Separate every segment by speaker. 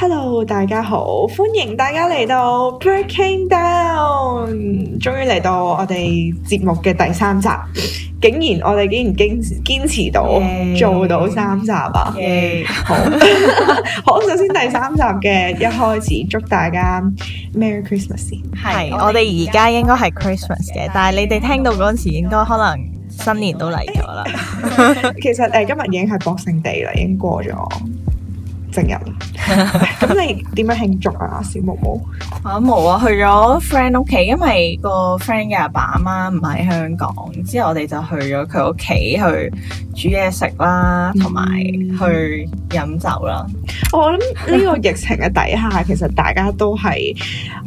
Speaker 1: Hello，大家好，歡迎大家嚟到 Breaking Down，終於嚟到我哋節目嘅第三集，竟然我哋竟然堅堅持到
Speaker 2: Yay
Speaker 1: 做到三集啊！好， 好，首先第三集嘅一開始，祝大家 Merry Christmas 先。
Speaker 2: 係，我哋而家應該係 Christmas 嘅，但係你啊哋聽到嗰陣時，應該可能新年都嚟咗啦。
Speaker 1: 其實誒、呃今日已經係 Boxing Day 啦，已經過咗正日啦。咁你點樣慶祝啊，小毛毛？
Speaker 2: 啊冇啊，去咗 friend 屋企，因為個 friend 嘅阿爸阿媽唔喺香港，之後我哋就去咗佢屋企去煮嘢食啦，同埋去飲酒啦。
Speaker 1: 我諗呢個疫情嘅底下，其實大家都係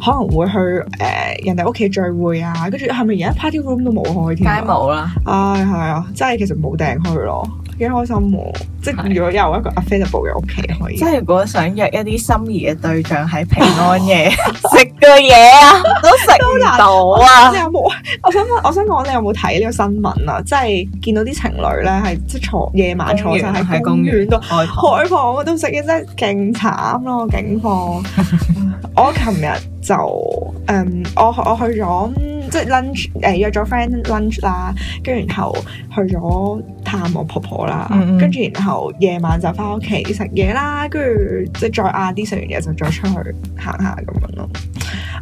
Speaker 1: 可能會去誒、呃人哋屋企聚會啊，跟住係咪而家 party room 都冇開
Speaker 2: 街
Speaker 1: 添啊？
Speaker 2: 舞啦，
Speaker 1: 唉，係啊，真係其實冇訂去咯，幾開心喎！即係
Speaker 2: 係
Speaker 1: 如果有一個 affordable 嘅屋企可以
Speaker 2: 即。係如果想約一啲心儀嘅對象喺平安 夜食嘅嘢啊，都食唔到啊
Speaker 1: 你！有冇？我想問，我想講，你有冇睇呢個新聞啊？即係見到啲情侶咧，係即係坐夜晚坐晒喺公園度，
Speaker 2: 外婆
Speaker 1: 海旁嗰度食嘢，真係勁慘咯！警 況。我琴日就誒、嗯我我去咗嗯即係 lunch 誒、約咗 friend lunch 啦，跟住然後去咗探我婆婆啦
Speaker 2: 嗯嗯，
Speaker 1: 跟住、然後夜晚就翻屋企食嘢啦，跟住即係再晏啲食完嘢就再出去行下咁樣咯。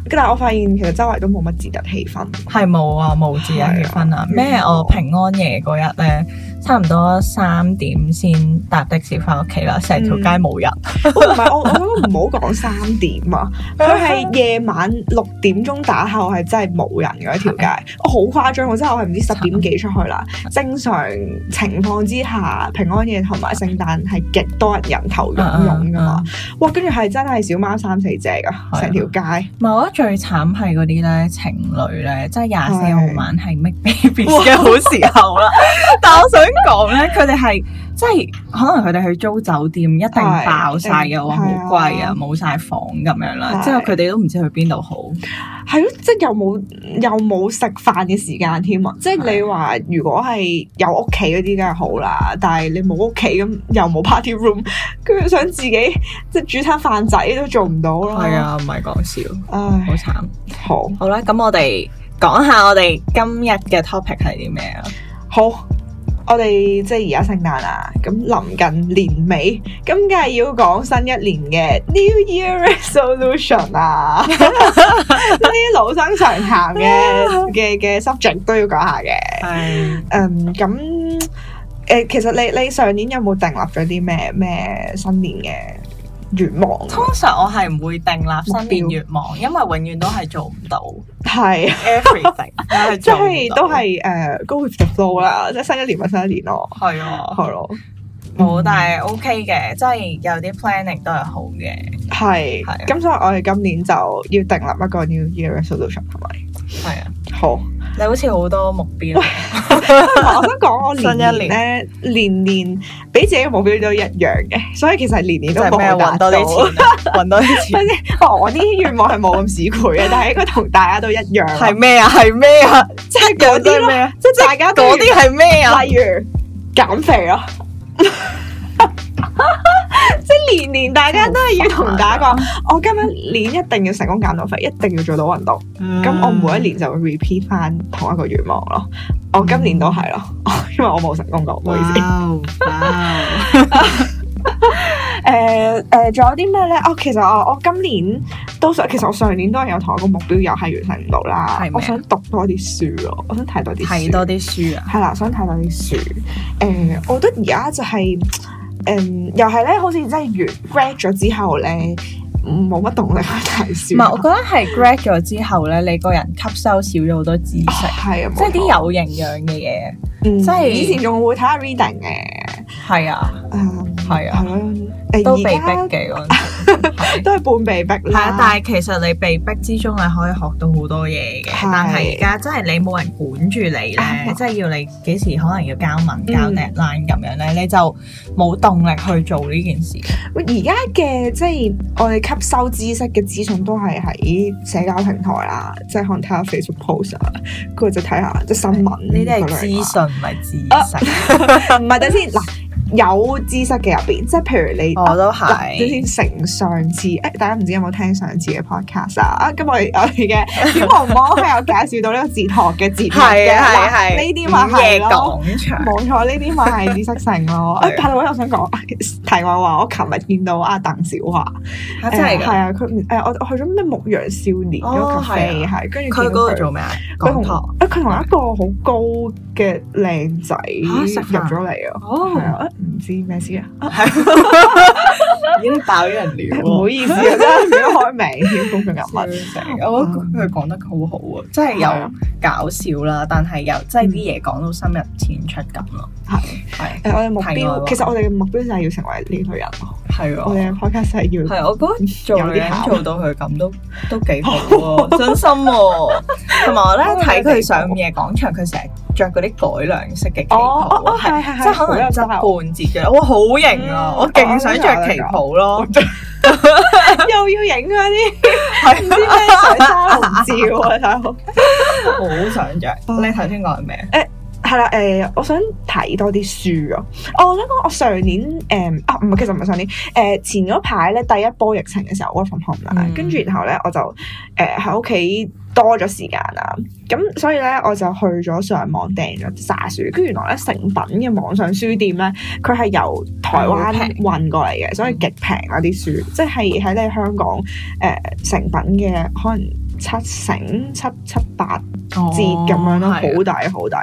Speaker 1: 但係我發現其實周圍都冇乜節日氣氛。
Speaker 2: 係冇啊，冇節日結婚啊！
Speaker 1: 係啊
Speaker 2: 咩？我平安夜嗰日咧，差唔多三點先搭的士翻屋企啦，成條
Speaker 1: 嗯
Speaker 2: 街冇人。
Speaker 1: 我唔係，我 我覺得唔好講三點啊，佢係夜晚六點鐘打後係真係冇人嘅一條街，我好誇張，我真係我係唔知十點幾出去啦。正常情況之下，平安夜同埋聖誕係極多人人頭湧湧噶嘛，哇！跟住係真係小貓三四隻噶，
Speaker 2: 啊
Speaker 1: 成條街。
Speaker 2: 唔係，我覺得最慘係嗰啲咧情侶咧，即係廿四號晚係 make baby
Speaker 1: 哇
Speaker 2: 嘅好時候啦。但我想講咧，佢哋係即係可能佢哋去租酒店一定
Speaker 1: 係
Speaker 2: 爆晒
Speaker 1: 一定
Speaker 2: 嘅，哇好貴
Speaker 1: 係啊
Speaker 2: 啊，冇晒房咁樣啦。
Speaker 1: 係
Speaker 2: 之後佢哋都唔知去邊度好。
Speaker 1: 係咯，即係又冇又冇食飯嘅時間添啊！即係你話如果係有屋企嗰啲梗係好啦，但係你冇屋企咁又冇 party room，跟住 想自己即係煮餐飯仔都做唔到咯。
Speaker 2: 係，啊，唔係講笑，好
Speaker 1: 唉，
Speaker 2: 慘。
Speaker 1: 好
Speaker 2: 好啦，咁我哋講下我哋今日嘅 topic 係啲咩啊？
Speaker 1: 好，我哋即係而家聖誕啦，咁臨近年尾，咁梗係要講新一年嘅 New Year Resolution 啦，呢啲老生常談嘅嘅嘅 subject 都要講下嘅。
Speaker 2: 係
Speaker 1: 嗯，咁誒、呃其實你你上年有冇訂立咗啲咩咩新年嘅願望？
Speaker 2: 通常我係唔會訂立新
Speaker 1: 目標
Speaker 2: 年願望，因為永遠都係做唔到
Speaker 1: 係，
Speaker 2: everything，係
Speaker 1: 即
Speaker 2: 做唔啊
Speaker 1: 係
Speaker 2: 到
Speaker 1: 都係誒、呃 go with the flow 啦，即係新一年咪新一年咯，
Speaker 2: 係啊，
Speaker 1: 係咯，
Speaker 2: 冇，
Speaker 1: 嗯
Speaker 2: 但係 OK 嘅，即係有啲 planning 都係好嘅，
Speaker 1: 係
Speaker 2: 係啊
Speaker 1: 咁，所以我哋今年就要訂立一個 New Year resolution 係咪？
Speaker 2: 係啊，
Speaker 1: 好，
Speaker 2: 你好似好多目 標，
Speaker 1: 我想講我
Speaker 2: 新
Speaker 1: 年
Speaker 2: 一
Speaker 1: 年咧，年年俾自己嘅目標都一樣嘅，所以其實年年
Speaker 2: 即
Speaker 1: 都
Speaker 2: 係咩
Speaker 1: 冇達
Speaker 2: 揾多
Speaker 1: 到 哦
Speaker 2: 啲錢啊， 揾多啲錢。
Speaker 1: 我啲願望係冇咁市儈嘅，但係應該同大家都一樣咯。
Speaker 2: 係咩啊？係咩啊？
Speaker 1: 即係嗰啲咯，
Speaker 2: 咩啊？
Speaker 1: 即係大家都要
Speaker 2: 嗰啲係咩啊？
Speaker 1: 例如減肥咯， 即係年年大家都係要同大家 講，我今日年一定要成功減到肥，一定要做到運動。咁、我每一年就會 repeat 翻同一個願望咯。我今年都係咯，因為我冇成功過，唔好意思。
Speaker 2: 思。
Speaker 1: 誒誒，仲有啲咩咧？哦，其實我我今年都想，其實我上年都係有同一個目標，又係完成唔到啦
Speaker 2: 係咩。啊
Speaker 1: 我想讀多啲書咯，我想睇多啲書
Speaker 2: 睇。多啲書啊！
Speaker 1: 係啦，想睇多啲書。誒、我覺得而家就係、誒、又係咧，好似真係完 grad 咗之後咧，冇乜動力去睇書。啊
Speaker 2: 唔係，我覺得係 grad 咗之後咧，你個人吸收少咗好多知識，
Speaker 1: 係啊，
Speaker 2: 即係啲有營養嘅嘢。
Speaker 1: 有
Speaker 2: 即係
Speaker 1: 以前仲會睇下 reading 嘅，
Speaker 2: 係啊，
Speaker 1: 誒
Speaker 2: 係啊，
Speaker 1: 係
Speaker 2: 都
Speaker 1: 咯，誒
Speaker 2: 被逼
Speaker 1: 而家
Speaker 2: 嘅嗰陣時。係
Speaker 1: 都係半被逼
Speaker 2: 係啊
Speaker 1: 啦，。
Speaker 2: 但係其實你被逼之中，你可以學到好多嘢嘅。
Speaker 1: 係
Speaker 2: 但係啊而家真係你冇人管住你咧
Speaker 1: 啱，
Speaker 2: 即係要你幾時可能要交文交
Speaker 1: 嗯
Speaker 2: deadline 咁樣咧，你就冇動力去做呢件事。
Speaker 1: 而家嘅即係我哋吸收知識嘅資訊都係喺社交平台啦，即係可能睇下 Facebook post 啊，跟住就睇下即係新聞
Speaker 2: 呢啲係
Speaker 1: 嗰類啊
Speaker 2: 資
Speaker 1: 啦
Speaker 2: 訊，唔係知識。
Speaker 1: 唔係，等先嗱，有知識嘅入邊，即係譬如你
Speaker 2: 我哦都
Speaker 1: 嗱，
Speaker 2: 係。
Speaker 1: 先承上次，誒、大家唔知有冇聽上次嘅 podcast 啊？啊，咁我哋我 哋嘅小黃魔係有介紹到呢個哲學嘅節目嘅，
Speaker 2: 係啊係
Speaker 1: 嗱
Speaker 2: 啊係，
Speaker 1: 呢啲咪係
Speaker 2: 嘢
Speaker 1: 咯。
Speaker 2: 廣場
Speaker 1: 冇錯，呢啲咪係知識性咯。
Speaker 2: 係啊
Speaker 1: 誒，但係我又想講題外話，我琴日見到阿鄧小華，
Speaker 2: 啊真係
Speaker 1: 誒
Speaker 2: 㗎
Speaker 1: 係啊，佢唔誒我我去咗咩牧羊少年嗰個
Speaker 2: 哦
Speaker 1: c a 係跟住
Speaker 2: 佢
Speaker 1: 見到
Speaker 2: 嗰度做咩啊？
Speaker 1: 佢
Speaker 2: 講
Speaker 1: 同
Speaker 2: 堂
Speaker 1: 啊佢同一個好高嘅靚仔
Speaker 2: 嚇食飯
Speaker 1: 入咗嚟啊，係
Speaker 2: 哦，
Speaker 1: 啊，唔知咩事啊。
Speaker 2: 已經爆咗人料
Speaker 1: 唔好
Speaker 2: 喎。
Speaker 1: 意思啊，真係唔記得開名添，公眾人 物。
Speaker 2: 笑死我覺得佢講得好好啊，即係又搞笑啦，但係又即係啲嘢講到深入淺出咁咯。
Speaker 1: 嗯係
Speaker 2: 係
Speaker 1: 誒，我哋目
Speaker 2: 題外話
Speaker 1: 標其實我哋嘅目標就係要成為呢類人咯。
Speaker 2: 係喎
Speaker 1: 我哋嘅 podcast 係啊要
Speaker 2: 係，我覺得做女人
Speaker 1: 有啲考
Speaker 2: 做到佢咁都都幾好 喎，真心喎。同埋我咧睇佢上午夜廣場，佢成日着嗰啲改良式嘅旗
Speaker 1: 哦哦
Speaker 2: 袍
Speaker 1: 哦
Speaker 2: 啊，係
Speaker 1: 係係係
Speaker 2: 即係可
Speaker 1: 好
Speaker 2: 能
Speaker 1: 有
Speaker 2: 側
Speaker 1: 真
Speaker 2: 半截嘅，哇好型啊！
Speaker 1: 嗯
Speaker 2: 我勁想着旗袍咯，
Speaker 1: 又要影嗰啲唔
Speaker 2: 係
Speaker 1: 知咩水 沙龍照啊，大佬。
Speaker 2: 好想着。你頭先講係咩？啊
Speaker 1: 係啦，誒，我想睇多啲書啊。哦我想講，我上年誒啊，唔係，其實唔係上年，誒前嗰排咧第一波疫情嘅時候 work from home 啦
Speaker 2: 嗯，
Speaker 1: 跟住然後咧我就誒喺屋企多咗時間啦，咁所以咧我就去咗上網訂咗啲曬書，跟住原來咧成品嘅網上書店咧，佢係由台
Speaker 2: 好
Speaker 1: 灣
Speaker 2: 平
Speaker 1: 運過嚟嘅，所以極平啦啲書，即係喺你香港誒、成品嘅可能七成七七八。折咁樣咯，好
Speaker 2: 係啊
Speaker 1: 抵好抵。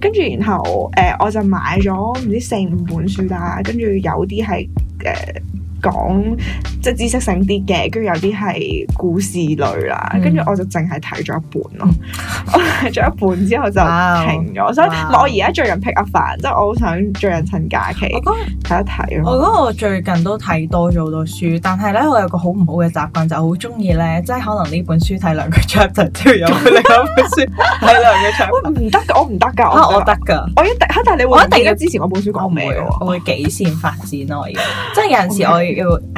Speaker 1: 跟住然後誒、呃我就買咗唔知四五本書啦，跟住有啲係誒講即係知識性啲嘅，跟住有啲係故事類啦。
Speaker 2: 嗯
Speaker 1: 跟住、我就淨係睇咗一本咯， 我睇咗一本之後就
Speaker 2: 哇哦
Speaker 1: 停咗。所以
Speaker 2: 哇
Speaker 1: 我而家最近 pick up 翻，即係我好想最近趁假期
Speaker 2: 我覺得
Speaker 1: 睇一睇
Speaker 2: 我
Speaker 1: 咯。
Speaker 2: 覺得我最近都睇多咗好多書，但係咧我有個好唔好嘅習慣，就好中意咧，即係可能呢本書睇兩個 chapter 之後，有另外一本書睇兩個 chapter。
Speaker 1: 喂唔得 㗎，我唔得㗎，
Speaker 2: 啊，
Speaker 1: 我
Speaker 2: 我
Speaker 1: 唔得
Speaker 2: 得
Speaker 1: 㗎
Speaker 2: 㗎。
Speaker 1: 我一定嚇，但係你
Speaker 2: 我
Speaker 1: 會
Speaker 2: 一定要
Speaker 1: 之前我本書
Speaker 2: 我
Speaker 1: 講
Speaker 2: 唔
Speaker 1: 咩啊
Speaker 2: 會，
Speaker 1: 喎？
Speaker 2: 我會幾線發展咯。我 而家即係有陣時我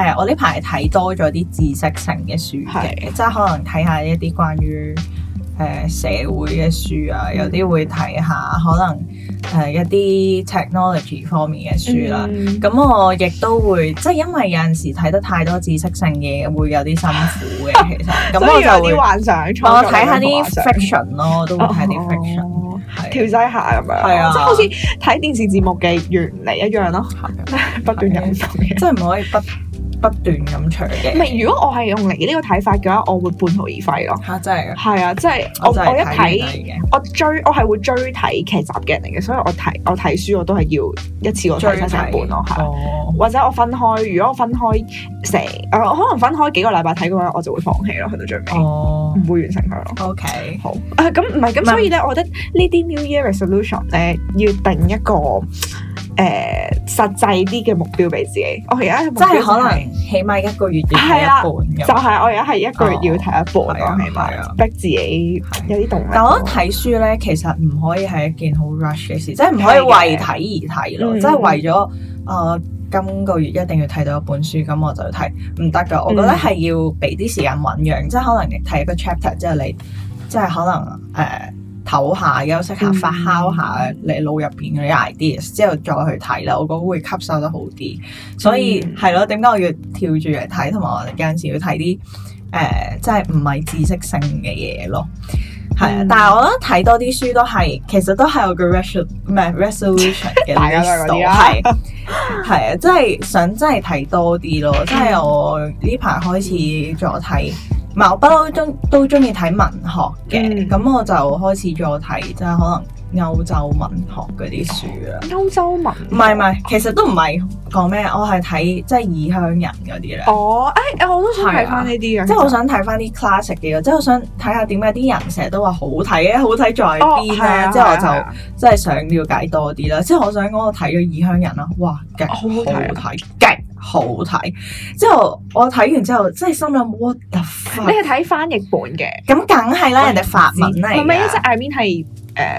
Speaker 2: 要誒、我呢排睇多咗啲知識性嘅書嘅，即係可能睇下一啲關於誒、社會嘅書啊，
Speaker 1: 嗯
Speaker 2: 有啲會睇下可能誒、一啲 technology 方面嘅書啦。
Speaker 1: 嗯
Speaker 2: 咁我亦都會，即係因為有陣時睇得太多知識性嘢，會有啲辛苦 嘅。其實咁
Speaker 1: 所
Speaker 2: 我
Speaker 1: 以有
Speaker 2: 就會
Speaker 1: 啲幻想，創
Speaker 2: 我
Speaker 1: 作
Speaker 2: 睇下
Speaker 1: 有
Speaker 2: 啲
Speaker 1: 幻想
Speaker 2: fiction 咯，我都會睇啲
Speaker 1: 哦
Speaker 2: fiction
Speaker 1: 調
Speaker 2: 係。
Speaker 1: 劑下咁樣，
Speaker 2: 係啊
Speaker 1: 即係好似睇電視節目嘅原理一樣咯， 不斷引導嘅。
Speaker 2: 即係唔可以不不斷咁除
Speaker 1: 唔
Speaker 2: 嘅。
Speaker 1: 係，如果我係用你呢個睇法嘅話，我會半途而廢咯。
Speaker 2: 嚇真係嘅，
Speaker 1: 係啊，即係我
Speaker 2: 就
Speaker 1: 我一
Speaker 2: 係
Speaker 1: 睇
Speaker 2: 睇
Speaker 1: 我追我係會追睇劇集嘅人嚟嘅，所以我睇我睇書我都係要一次過
Speaker 2: 追
Speaker 1: 睇晒成本咯，係啊。
Speaker 2: 哦，
Speaker 1: 或者我分開，如果我分開成，誒我可能分開幾個禮拜睇嘅話，我就會放棄咯，去到最尾
Speaker 2: 哦
Speaker 1: 唔會完成佢咯。
Speaker 2: ，OK，
Speaker 1: 好啊，咁唔係咁，所以咧，我覺得呢啲 New Year resolution 咧，要定一個誒、呃、實際啲嘅目標俾自己。我而家嘅目
Speaker 2: 即係
Speaker 1: 標
Speaker 2: 可
Speaker 1: 就
Speaker 2: 能起碼一個月要睇
Speaker 1: 係
Speaker 2: 一
Speaker 1: 啦
Speaker 2: 半
Speaker 1: 就
Speaker 2: 咁。
Speaker 1: 係我而啊家係一個月要睇一
Speaker 2: 哦係啊
Speaker 1: 本咯，起
Speaker 2: 係啊
Speaker 1: 碼逼自己有啲動力咯。
Speaker 2: 但我覺得睇書咧，其實唔可以係一件好 rush 嘅事，即係唔可以為睇而睇咯，
Speaker 1: 嗯
Speaker 2: 即係為咗誒呃今個月一定要睇到一本書，咁我就睇唔得噶。我覺得
Speaker 1: 嗯
Speaker 2: 係要俾啲時間醖釀，即係可能你睇一個 chapter 之後，你即係可能誒唞下、休息下、
Speaker 1: 嗯
Speaker 2: 發酵下你腦入邊嗰啲 ideas，之後再去睇啦，我覺得會吸收得好啲。所以
Speaker 1: 嗯
Speaker 2: 係咯，點解我要跳住嚟睇，同埋我有陣時要睇啲誒，即係唔係知識性嘅嘢咯。係啊，
Speaker 1: 嗯
Speaker 2: 但係我覺得睇多啲書都係，其實都係我嘅 resol 唔係 resolution 嘅
Speaker 1: 大家都係
Speaker 2: list
Speaker 1: 嗰
Speaker 2: 度
Speaker 1: 啲啦
Speaker 2: 係係啊，即係想真係睇多啲
Speaker 1: 嗯
Speaker 2: 咯，即係我呢排開始再睇，唔係我不嬲中都中意睇文學嘅，
Speaker 1: 嗯
Speaker 2: 咁、我就開始再睇即係可能歐洲文學嗰啲書啦。
Speaker 1: 歐洲文，
Speaker 2: 唔係唔係，其實都唔係講咩，我係睇即係異鄉人嗰啲咧。
Speaker 1: 哦，誒、我都想睇翻呢啲嘅，
Speaker 2: 即係我
Speaker 1: 其實
Speaker 2: 想睇翻啲 classic 嘅嘢，即係我想睇下點解啲人成日都話好睇嘅，好睇在邊
Speaker 1: 係
Speaker 2: 啦。
Speaker 1: 啊
Speaker 2: 之後我
Speaker 1: 係啊
Speaker 2: 就真係想了解多啲啦。之後我想講我睇咗《異鄉人》啦，哇，極
Speaker 1: 好
Speaker 2: 好
Speaker 1: 好睇啊
Speaker 2: 睇，極好睇。之後我睇完之後，真係心諗 what the
Speaker 1: 你
Speaker 2: fuck？
Speaker 1: 係睇翻譯本嘅，
Speaker 2: 咁梗係啦，人哋法文嚟
Speaker 1: 唔係即係
Speaker 2: 㗎
Speaker 1: I mean 係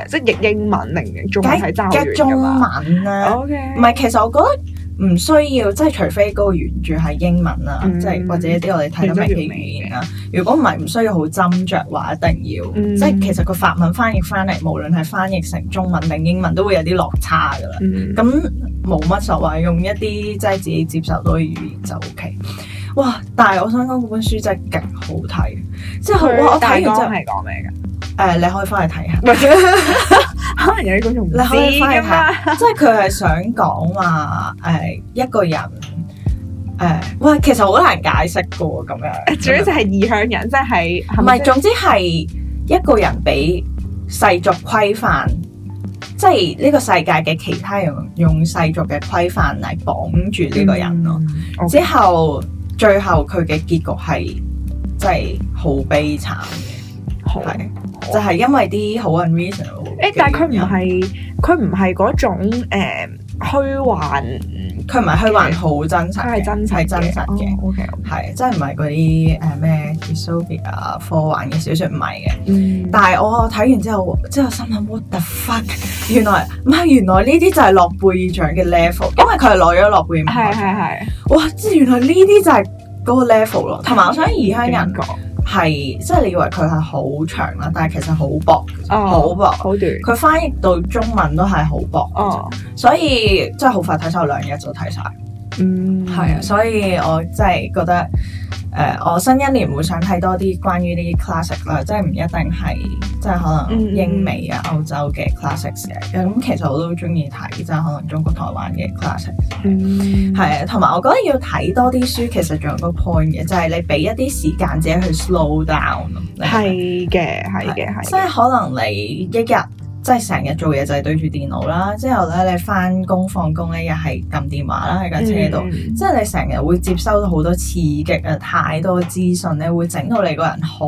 Speaker 1: 誒，即係譯英文定中文係爭好
Speaker 2: 梗係
Speaker 1: 遠
Speaker 2: 中
Speaker 1: 㗎嘛。
Speaker 2: 文啊啦。
Speaker 1: O K，
Speaker 2: 唔係，其實我覺得唔需要，即係除非嗰個原著係英文啦，
Speaker 1: 嗯
Speaker 2: 即係或者一啲我哋睇得明嘅語言啦。如果唔係，唔需要好斟酌話一定要，
Speaker 1: 嗯
Speaker 2: 即係其實個法文翻譯翻嚟，無論係翻譯成中文定英文，都會有啲落差噶啦。
Speaker 1: 嗯
Speaker 2: 咁冇乜所謂，用一啲即係自己接受到嘅語言就 O K。哇！但係我想講嗰本書真係極好睇，即係好哇我
Speaker 1: 佢大
Speaker 2: 睇完
Speaker 1: 綱
Speaker 2: 之後，誒、
Speaker 1: 係講咩㗎？
Speaker 2: 你可以翻去睇下。
Speaker 1: 可能有啲觀眾唔知啊
Speaker 2: 你可以翻
Speaker 1: 㗎
Speaker 2: 去
Speaker 1: 嘛。
Speaker 2: 即係佢係想講話誒一個人誒、喂，其實好難解釋噶喎咁樣。
Speaker 1: 主要就係異鄉人，即係係
Speaker 2: 唔
Speaker 1: 咪
Speaker 2: 係，總之係一個人俾世俗規範，即係呢個世界嘅其他人用世俗嘅規範嚟綁住呢個人咯。
Speaker 1: 嗯，OK
Speaker 2: 之後最後佢嘅結局係即係好悲慘
Speaker 1: 好
Speaker 2: 嘅，係就係因為啲好 unreasonable 嘅原
Speaker 1: 誒
Speaker 2: 因。，
Speaker 1: 但係佢唔係佢唔係嗰種誒虛幻，
Speaker 2: 佢唔係虛幻，好真實
Speaker 1: 佢
Speaker 2: 嘅，
Speaker 1: 係真實哦
Speaker 2: 係真實嘅。
Speaker 1: O K，
Speaker 2: 係，真係唔係嗰啲誒咩 dystopia 啊科幻嘅小説唔係嘅。
Speaker 1: 嗯，
Speaker 2: 但係我睇完之後，之後心諗 what the fuck？原來唔係原來呢啲就係諾貝爾獎嘅 level，因為佢係攞咗諾貝爾
Speaker 1: 係
Speaker 2: 文學獎。
Speaker 1: 係係，
Speaker 2: 哇！即係原來呢啲就係嗰個 level 咯。同埋我想異鄉人
Speaker 1: 講，
Speaker 2: 係即係你以為佢係好長啦，但係其實好薄，好
Speaker 1: 哦，
Speaker 2: 薄。
Speaker 1: 好短，
Speaker 2: 佢翻譯到中文都係好薄，
Speaker 1: 哦，
Speaker 2: 所以真係好快睇晒，我兩日就睇晒。
Speaker 1: 嗯，
Speaker 2: 係啊，所以我真係覺得誒、呃我新一年會想睇多啲關於呢啲 classic 啦，即係唔一定係即係可
Speaker 1: 嗯
Speaker 2: 能
Speaker 1: 嗯
Speaker 2: 英美啊、歐洲嘅 classics 嘅。咁其實我都中意睇，即係可能中國、台灣嘅 classics。
Speaker 1: 嗯，
Speaker 2: 係啊，同埋我覺得要睇多啲書，其實仲有個 point 嘅，就係、你俾一啲時間自己去 slow down 咯。你明唔明
Speaker 1: 係嘅，係嘅，係
Speaker 2: 即
Speaker 1: 嘅，
Speaker 2: 係可能你一日即係成日做嘢就係對住電腦啦，之後咧你翻工放工咧又係撳電話啦喺架車度。
Speaker 1: 嗯
Speaker 2: 即係你成日會接收到好多刺激啊，太多資訊咧，會整到你個人好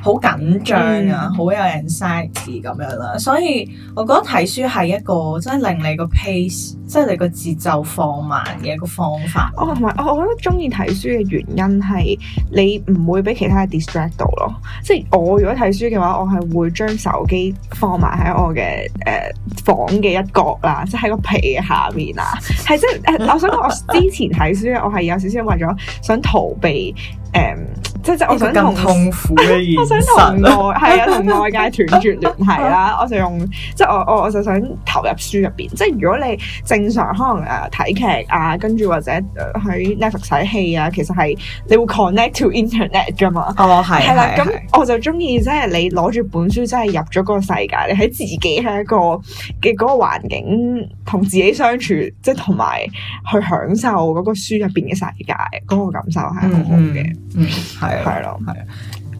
Speaker 2: 好緊張啊，
Speaker 1: 嗯
Speaker 2: 好、有 anxiety 咁樣啦。所以我覺得睇書係一個即係令你個 pace，即係你個節奏放慢嘅一個方法。
Speaker 1: 我哦同埋我我覺得中意睇書嘅原因係你唔會俾其他嘢 distract 到咯，即係我如果睇書嘅話，我係會將手機放埋喺我嘅誒、呃房嘅一角啦，即係喺個被下面啦，係即係誒我想講我之前睇書我係有少少為咗想逃避誒、即係即係我
Speaker 2: 呢個
Speaker 1: 想
Speaker 2: 咁
Speaker 1: 同
Speaker 2: 痛苦 嘅
Speaker 1: 我想
Speaker 2: 現
Speaker 1: 同
Speaker 2: 實，
Speaker 1: 外係啊，同外界斷絕聯繫 啦。我就用即係我我我就想投入書入邊。即係如果你正常可能誒睇劇啊，跟住或者呃喺 Netflix 睇戲啊，其實係你會 connect to internet 噶嘛。
Speaker 2: 哦係
Speaker 1: 係啦，
Speaker 2: 係係
Speaker 1: 咁我就中意即係你攞住本書，真係入咗嗰個世界，你喺自己喺一個嘅嗰個環境同自己相處，即係同埋去享受嗰個書入邊嘅世界，嗰、個感受係好
Speaker 2: 嗯
Speaker 1: 好
Speaker 2: 嗯
Speaker 1: 嘅，
Speaker 2: 嗯係啊
Speaker 1: 係咯。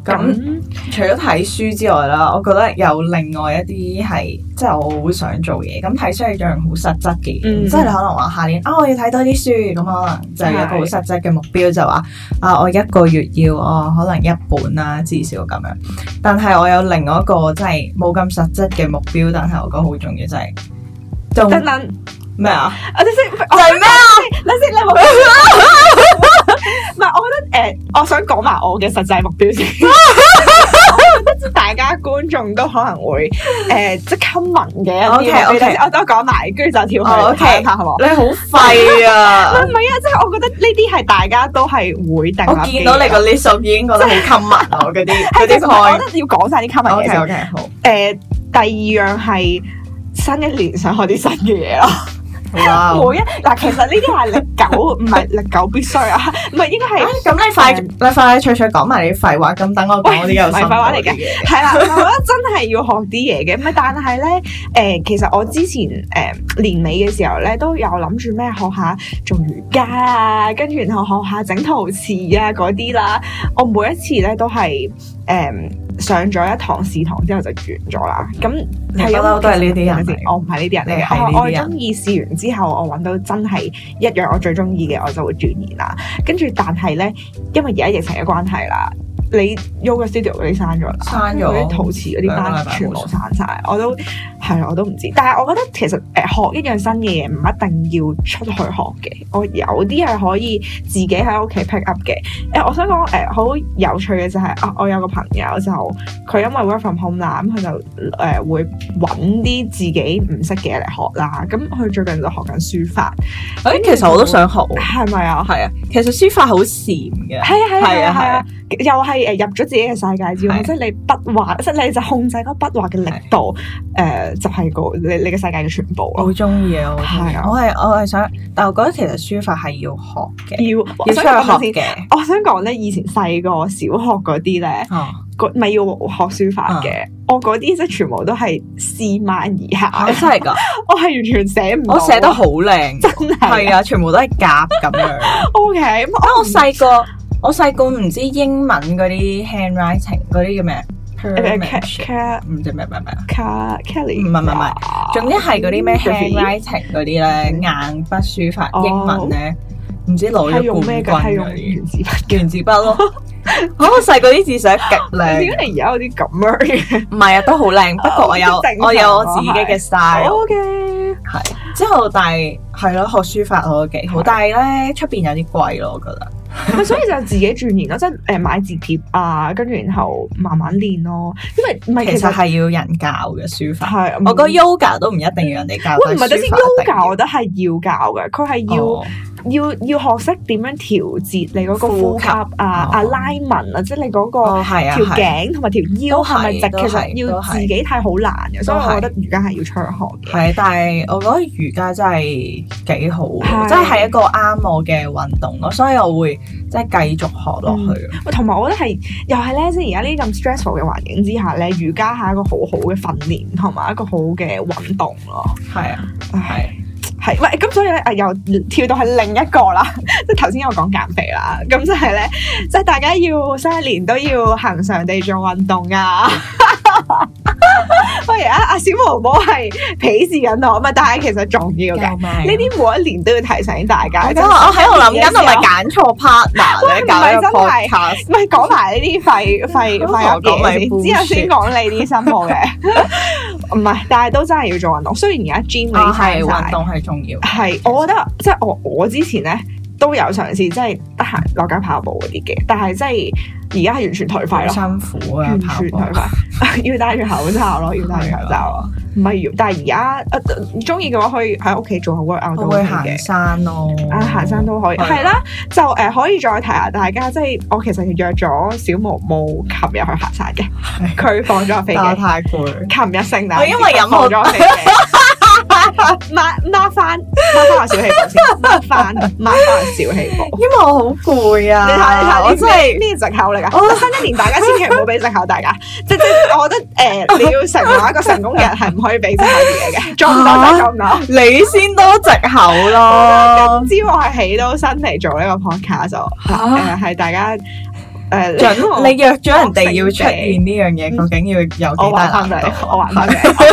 Speaker 2: 咁。
Speaker 1: 咁
Speaker 2: 除咗睇書之外啦，我覺得有另外一啲係即係我好想做嘢。咁睇書係一樣好實質嘅嘢，
Speaker 1: 嗯
Speaker 2: 即係你可能話下年啊，我要睇多啲書，咁可能就有一個好實質嘅目標，就話啊，我一個月要哦可能一本啦，至少咁樣。但係我有另外一個即係冇咁實質嘅目標，但係我覺得好重要就係、就
Speaker 1: 等等。
Speaker 2: 咩啊？
Speaker 1: 我即係
Speaker 2: 就係咩啊？
Speaker 1: 等先，你冇。唔係，我覺得誒、呃我想講埋我嘅實際目標先。我覺得大家觀眾都可能會誒、呃即係 common 嘅一啲
Speaker 2: OK，OK
Speaker 1: 目標先我都講埋，跟住就跳
Speaker 2: 哦
Speaker 1: 去
Speaker 2: ，OK
Speaker 1: 睇下好冇？
Speaker 2: 你好廢
Speaker 1: 唔
Speaker 2: 啊！
Speaker 1: 係唔係啊，即係我覺得呢啲係大家都係會 定立
Speaker 2: 我見到你個
Speaker 1: 嘅
Speaker 2: list 我已經覺得好 common 啊！我嗰啲嗰
Speaker 1: 係
Speaker 2: 啲
Speaker 1: 其實我
Speaker 2: point。
Speaker 1: 覺得要講晒啲 common 嘢
Speaker 2: OK
Speaker 1: 先。誒、
Speaker 2: OK 好。
Speaker 1: 第二樣係新一年想學啲新嘅嘢咯。
Speaker 2: 哇！
Speaker 1: 每一啊嗱，其實呢啲係歷 久，唔係歷久必須啊，唔係應該係。
Speaker 2: 咁你快你快脆脆講埋你啲廢話，咁等我講啲有
Speaker 1: 喂唔係
Speaker 2: 深度
Speaker 1: 廢話嚟
Speaker 2: 啲
Speaker 1: 嘅
Speaker 2: 嘢。
Speaker 1: 係啦，我覺得真係要學啲嘢嘅，咁啊但係咧，誒、其實我之前誒、年尾嘅時候咧，都有諗住咩學下做瑜伽啊，跟住然後學下整陶瓷啊嗰啲啦。我每一次咧都係誒、上咗一堂試堂之後就完咗啦。咁
Speaker 2: 你不嬲都係呢啲人嚟
Speaker 1: 我唔係呢啲人
Speaker 2: 你
Speaker 1: 嚟
Speaker 2: 係
Speaker 1: 嘅。
Speaker 2: 呢啲
Speaker 1: 我我
Speaker 2: 人
Speaker 1: 中意試完之後，我揾到真係一樣我最中意嘅，我就會鑽研啦。跟住但係咧，因為而家疫情嘅關係啦。你 yoga studio 嗰啲刪咗啦，
Speaker 2: 刪咗
Speaker 1: 嗰啲陶瓷嗰啲
Speaker 2: 兩個禮
Speaker 1: 單
Speaker 2: 拜
Speaker 1: 全部刪晒，我都係啊啦我都唔知。但係我覺得其實誒、學一樣新嘅嘢唔一定要出去學嘅，我有啲係可以自己喺屋企 pick up 嘅。誒、我想講誒、好有趣嘅就係、啊，我有個朋友就佢因為 work from home 啦，咁佢就誒、會揾啲自己唔識嘅嘢嚟學啦。咁佢最近就學緊書法，
Speaker 2: 誒，其實我都想學喎。
Speaker 1: 係咪啊？
Speaker 2: 係啊，其實書法好禪
Speaker 1: 係
Speaker 2: 嘅。
Speaker 1: 啊係啊係
Speaker 2: 係啊
Speaker 1: 啊係啊，又係係誒入咗自己嘅世界之外，
Speaker 2: 係
Speaker 1: 即係你筆畫，即係你就控制嗰筆畫嘅力度，誒就係個你你嘅世界嘅全部
Speaker 2: 我
Speaker 1: 咯
Speaker 2: 好。中意啊！我好鍾意
Speaker 1: 係啊
Speaker 2: 我係我係想，但我覺得其實書法係要學嘅，
Speaker 1: 要
Speaker 2: 要
Speaker 1: 我想講
Speaker 2: 出
Speaker 1: 先
Speaker 2: 去學嘅。
Speaker 1: 我想講咧，以前細個小學嗰啲咧，
Speaker 2: 哦，
Speaker 1: 嗰咪要學書法
Speaker 2: 啊
Speaker 1: 嘅。我嗰啲即係全部都係斯萬而下，
Speaker 2: 我真係㗎，
Speaker 1: 我係完全寫唔到啊。
Speaker 2: 啊我寫得好靚，
Speaker 1: 真係
Speaker 2: 係啊，全部都係夾咁樣。
Speaker 1: O K，咁
Speaker 2: 啊！我
Speaker 1: 我
Speaker 2: 細個，我細個唔知英文嗰啲 handwriting 嗰啲叫咩 p e
Speaker 1: 呃
Speaker 2: r m a t i o
Speaker 1: Ca
Speaker 2: n 唔知咩咩咩，
Speaker 1: Ca Kelly，
Speaker 2: 唔係唔係唔係
Speaker 1: 啊
Speaker 2: 總之係嗰啲咩
Speaker 1: Calligraphy
Speaker 2: handwriting 嗰啲咧硬筆書法
Speaker 1: 哦
Speaker 2: 英文咧，唔知攞
Speaker 1: 係用咩
Speaker 2: 咗
Speaker 1: 㗎？
Speaker 2: 冠
Speaker 1: 係
Speaker 2: 軍
Speaker 1: 用
Speaker 2: 嗰啲
Speaker 1: 原子筆。
Speaker 2: 原子筆 咯。我細個啲字寫得極
Speaker 1: 點
Speaker 2: 靚，
Speaker 1: 解你而家有啲咁樣 嘅
Speaker 2: 唔係啊，都好靚。不過我有
Speaker 1: 哦正常
Speaker 2: 我有我自己嘅 style。
Speaker 1: ？O K，
Speaker 2: 之後但係係咯，學書法我都幾好，
Speaker 1: 係
Speaker 2: 但係咧出邊有啲貴咯，我覺得。
Speaker 1: 咪所以就自己鑽研咯，即係誒買字帖啊，跟住然後慢慢練咯。因為唔係
Speaker 2: 其
Speaker 1: 其實
Speaker 2: 實係要人教嘅書法。
Speaker 1: 係嗯
Speaker 2: 我覺得 yoga 都唔一定要人哋教，
Speaker 1: 喂唔係，等先
Speaker 2: 先
Speaker 1: yoga，我覺得係要教嘅，佢係要、
Speaker 2: 哦
Speaker 1: 要要學識點樣調節你嗰個呼
Speaker 2: 呼
Speaker 1: 吸
Speaker 2: 吸
Speaker 1: 啊、
Speaker 2: 哦
Speaker 1: 啊拉紋啊，即係你嗰、個。
Speaker 2: 哦係啊
Speaker 1: 條
Speaker 2: 係，
Speaker 1: 頸同埋條腰
Speaker 2: 都係
Speaker 1: 係咪直？
Speaker 2: 都
Speaker 1: 其
Speaker 2: 係
Speaker 1: 實要
Speaker 2: 都係
Speaker 1: 自己睇好難嘅，所以
Speaker 2: 都係
Speaker 1: 我覺得瑜伽係要長學嘅。
Speaker 2: 係但係我覺得瑜伽真係幾好，
Speaker 1: 係
Speaker 2: 即係一個啱我嘅運動咯，所以我會即係繼續學落去。
Speaker 1: 喂同埋我覺得係又係咧，即係而家呢啲咁 stressful 嘅環境之下咧，瑜伽係一個好好嘅訓練同埋一個好嘅運動咯。
Speaker 2: 係啊
Speaker 1: 唉
Speaker 2: 係
Speaker 1: 係，喂，咁所以咧，啊又跳到係另一個啦， 即係頭先有講減肥啦，咁就係咧，即係大家要新一年都要恒常地做運動啊。 喂，而家阿小毛毛係鄙視緊我，咪但係其實重要嘅，呢
Speaker 2: 呢
Speaker 1: 啲每一年都要提醒大家。
Speaker 2: 我
Speaker 1: 即
Speaker 2: 真
Speaker 1: 啊係
Speaker 2: 係我喺度諗緊，
Speaker 1: 新年
Speaker 2: 係
Speaker 1: 嘅
Speaker 2: 咪
Speaker 1: 時候
Speaker 2: 揀錯 partner
Speaker 1: 喂
Speaker 2: 咧？
Speaker 1: 唔
Speaker 2: 搞
Speaker 1: 係
Speaker 2: 一個
Speaker 1: 真係
Speaker 2: podcast
Speaker 1: 唔係講埋呢啲 廢廢
Speaker 2: 咁
Speaker 1: 廢噏
Speaker 2: 哦我講
Speaker 1: 嘢
Speaker 2: 埋
Speaker 1: 先，之後先
Speaker 2: bullshit
Speaker 1: 講你啲深 奧嘅。唔係，但係都真係要做運動。雖然而家 gym
Speaker 2: 啊，
Speaker 1: 嗰啲
Speaker 2: 係
Speaker 1: 閂晒
Speaker 2: 運動係重要。
Speaker 1: 係，我覺得即係我我之前咧都有嘗試，即係得閒落街跑步嗰啲嘅，但係即係而家係完全頹
Speaker 2: 好
Speaker 1: 廢咯，
Speaker 2: 辛苦啊
Speaker 1: 完！
Speaker 2: 跑
Speaker 1: 全
Speaker 2: 步啊
Speaker 1: 頹廢， 要戴住口罩咯，要戴住口罩咯。唔係要，但係而家誒中意嘅話，可以喺屋企做下 workout 都
Speaker 2: 我
Speaker 1: OK
Speaker 2: 會行
Speaker 1: 嘅。
Speaker 2: 山咯，
Speaker 1: 啊，行山都可以，
Speaker 2: 係啊
Speaker 1: 係啦，就誒、呃可以再提下大家，即係我其實約咗小毛毛琴日去行山嘅，佢放咗飛
Speaker 2: 但我
Speaker 1: 機，
Speaker 2: 太
Speaker 1: 琴
Speaker 2: 攰。
Speaker 1: 日聖誕節，
Speaker 2: 我因為飲
Speaker 1: 放
Speaker 2: 好
Speaker 1: 咗 飛機，抹抹翻抹翻我小氣部先，抹翻抹翻我小氣部。
Speaker 2: 因為我好攰啊！
Speaker 1: 你睇你睇，
Speaker 2: 我
Speaker 1: 呢
Speaker 2: 真係
Speaker 1: 呢個藉口嚟㗎。
Speaker 2: 我
Speaker 1: 我覺得新一年大家千祈唔好俾藉口大家，即即我覺得呃誒，你要成為一個成功嘅人係唔可以俾藉口嘢嘅，做唔到就做唔到。
Speaker 2: 你先多藉口咯，
Speaker 1: 知我係起到身嚟做呢個 podcast 就誒係大家誒
Speaker 2: 準你約咗人哋要出現呢樣嘢，究竟要有
Speaker 1: 嗯我
Speaker 2: 幾
Speaker 1: 玩翻
Speaker 2: 大
Speaker 1: 俾
Speaker 2: 難
Speaker 1: 你
Speaker 2: 度？，
Speaker 1: 我玩翻俾你。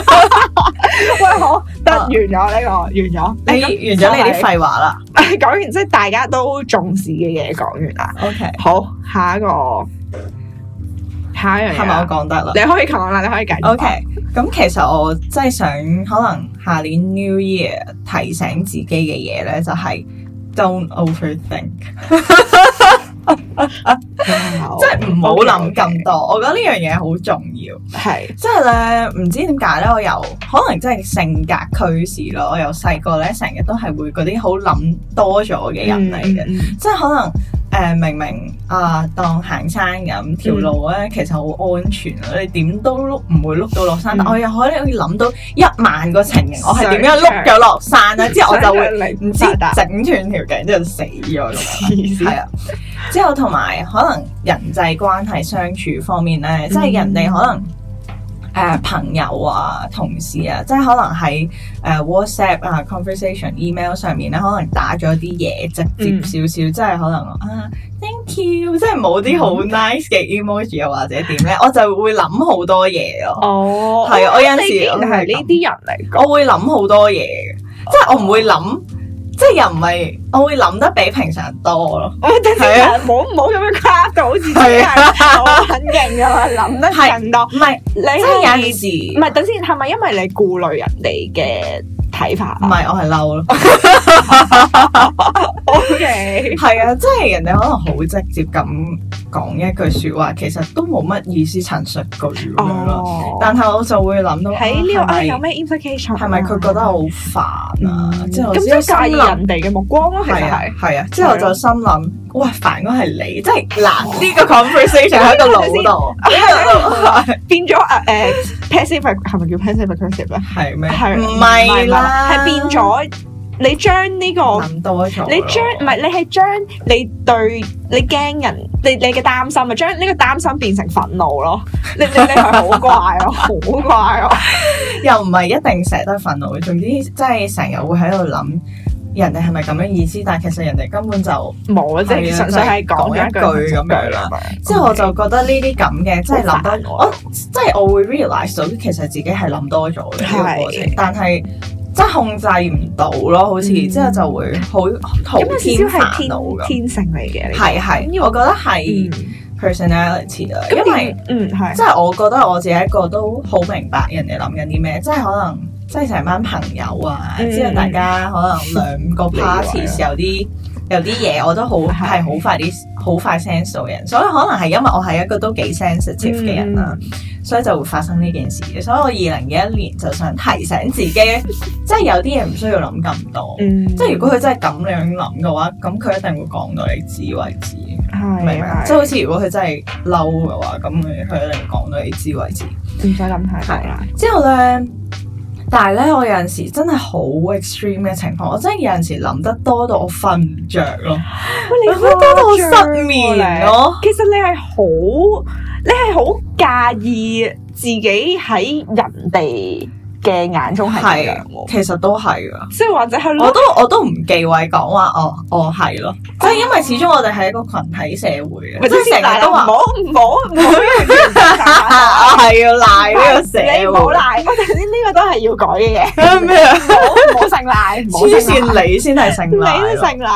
Speaker 1: 喂，好得完咗呢個，完咗。
Speaker 2: 哦你完咗你啲廢話啦
Speaker 1: 廢， 講完即係大家都重視嘅嘢講完啦。
Speaker 2: ，OK，
Speaker 1: 好，下一個，下一樣嘢
Speaker 2: 係咪我講得
Speaker 1: 啊
Speaker 2: 啦
Speaker 1: 你可以講啦，你可以繼續。
Speaker 2: ？OK，咁其實我真係想可能下年 New Year 提醒自己嘅嘢咧，就係 don't overthink，即
Speaker 1: 哦
Speaker 2: 係唔好諗咁多。我覺得呢樣嘢好重要。
Speaker 1: 係
Speaker 2: 即係咧，唔知點解咧，我由可能真係性格驅使咯。我由細個咧，成日都係會嗰啲好諗多咗嘅人嚟嘅，
Speaker 1: 嘅。
Speaker 2: 即係可能誒、呃明明啊，當行山咁條路咧，其實好安全啊，你點都碌唔會碌到落山，
Speaker 1: 嗯
Speaker 2: 但我又可以諗到一萬個情形，我係點
Speaker 1: 想
Speaker 2: 樣碌咗落山啊
Speaker 1: 嗯
Speaker 2: 咧，之後我就會
Speaker 1: 會
Speaker 2: 唔知整斷條頸，之後死咗咁樣。
Speaker 1: 黐
Speaker 2: 係
Speaker 1: 線，
Speaker 2: 啊，之後同埋可能人際關係相處方面
Speaker 1: 嗯
Speaker 2: 咧，即係人哋可能。誒、朋友啊、同事啊，即係可能喺誒、呃 WhatsApp 啊、conversation、email 上面咧，可能打咗啲嘢直接
Speaker 1: 嗯
Speaker 2: 少少，即係可能啊 thank you，即係冇啲好
Speaker 1: 嗯
Speaker 2: nice 嘅 emoji 又或者點咧，我就會諗好多嘢咯。
Speaker 1: 哦，
Speaker 2: 係啊我有陣時
Speaker 1: 你竟然係呢啲人嚟講。
Speaker 2: 我會諗好多嘢嘅，即係我唔會諗，即係又唔係，我會諗得比平常多咯。
Speaker 1: 我等陣間唔好唔好咁樣誇到好似真係好肯勁咁啊，諗得勁多。
Speaker 2: 唔係，
Speaker 1: 你
Speaker 2: 即係有
Speaker 1: 係
Speaker 2: 陣
Speaker 1: 唔。
Speaker 2: 時
Speaker 1: 係等先？係咪因為你顧慮人哋嘅睇法
Speaker 2: 唔係，我係嬲咯。
Speaker 1: ？O K，
Speaker 2: 係啊，即係人哋可能好直接咁講一句説話，其實都冇乜意思陳述句咁樣咯。
Speaker 1: 哦，
Speaker 2: 但係我就會諗到
Speaker 1: 喺呢度
Speaker 2: 啊
Speaker 1: 啊，有
Speaker 2: 係咪
Speaker 1: 咩 implication？
Speaker 2: 係咪佢覺得我好煩啊？
Speaker 1: 嗯
Speaker 2: 即係我
Speaker 1: 咁
Speaker 2: 之
Speaker 1: 即
Speaker 2: 後
Speaker 1: 係介意
Speaker 2: 心諗
Speaker 1: 人哋嘅目光咯，其實 哦
Speaker 2: 係啊
Speaker 1: 係。
Speaker 2: 係啊，之後就心諗哇，煩嗰係你，即係嗱呢個 conversation 喺個腦度，呢
Speaker 1: 變咗誒誒 à, passive 係咪叫 passive aggressive 咧？
Speaker 2: 個係咩？
Speaker 1: 係
Speaker 2: 唔係啦？
Speaker 1: 係變咗你將呢個。
Speaker 2: 諗多咗咯，
Speaker 1: 你將唔係你係將你對你驚人你你嘅擔心啊，將呢個擔心變成憤怒咯。你你你係好怪 咯，好怪啊咯。
Speaker 2: 又唔係一定成日都係憤怒嘅，總之即係成日會喺度諗人哋係咪咁樣意思，但係其實人哋根本就
Speaker 1: 冇啊，即係
Speaker 2: 係啊
Speaker 1: 純粹係講咗
Speaker 2: 講一
Speaker 1: 一
Speaker 2: 句
Speaker 1: 句
Speaker 2: 咁樣啦。即係啊我就覺得呢啲咁嘅，即係諗得
Speaker 1: 好煩我
Speaker 2: 我，即係我會 realise 到其實自己係諗多咗嘅呢個過程
Speaker 1: 係，
Speaker 2: 但係即係控制唔到咯，好似
Speaker 1: 嗯
Speaker 2: 之後就會好好
Speaker 1: 咁有
Speaker 2: 天
Speaker 1: 少少
Speaker 2: 煩惱
Speaker 1: 係
Speaker 2: 咁。
Speaker 1: 天天性嚟嘅，呢
Speaker 2: 係係，我覺得係
Speaker 1: 個嗯
Speaker 2: personality 啊，因
Speaker 1: 咁
Speaker 2: 為
Speaker 1: 點嗯係
Speaker 2: 即係我覺得我自己一個都好明白人哋諗緊啲咩，即係可能即係成班朋友啊，
Speaker 1: 嗯啊
Speaker 2: 之後大家可能兩個 parties 有啲有啲嘢我都好
Speaker 1: 係
Speaker 2: 係好快啲好快 sense 到嘅人，所以可能係因為我係一個都幾 sensitive 嘅人啦，
Speaker 1: 嗯
Speaker 2: 所以就會發生呢件事嘅。所以我二零二一年就想提醒自己， 即係有啲嘢唔需要諗咁多。
Speaker 1: 嗯，
Speaker 2: 即係如果佢真係咁樣諗嘅話，咁佢一定會講到你知為止。明唔明
Speaker 1: 係
Speaker 2: 啊
Speaker 1: 係
Speaker 2: 即係好似如果佢真係嬲嘅話，咁佢佢一定講到你知為止。
Speaker 1: 唔使諗太多啦。
Speaker 2: 之後咧，但係咧，我有陣時真係好 extreme 嘅情況，我真係有陣時諗得多到我瞓唔着咯，
Speaker 1: 喂
Speaker 2: 諗得多到我失眠。咯。
Speaker 1: 其實你係好，你係好介意自己喺人哋嘅眼中係啊點樣喎
Speaker 2: 啊其實都係噶，
Speaker 1: 即係或者係咯，
Speaker 2: 我都我都唔忌諱講話，哦，我係咯，即係因為始終我哋係一個群體社會嘅，
Speaker 1: 咪
Speaker 2: 即
Speaker 1: 即係
Speaker 2: 係
Speaker 1: 成
Speaker 2: 成
Speaker 1: 日
Speaker 2: 日
Speaker 1: 都
Speaker 2: 都
Speaker 1: 唔
Speaker 2: 話
Speaker 1: 好唔好唔好讓啲人知大家
Speaker 2: 啊，係要賴呢個社
Speaker 1: 你唔好
Speaker 2: 會。
Speaker 1: 賴，我哋呢呢個都係要改嘅嘢，
Speaker 2: 咩啊？
Speaker 1: 唔好唔好成賴，唔好
Speaker 2: 黐
Speaker 1: 成賴，
Speaker 2: 線，你先係性賴
Speaker 1: 你都
Speaker 2: 咯，
Speaker 1: 成賴，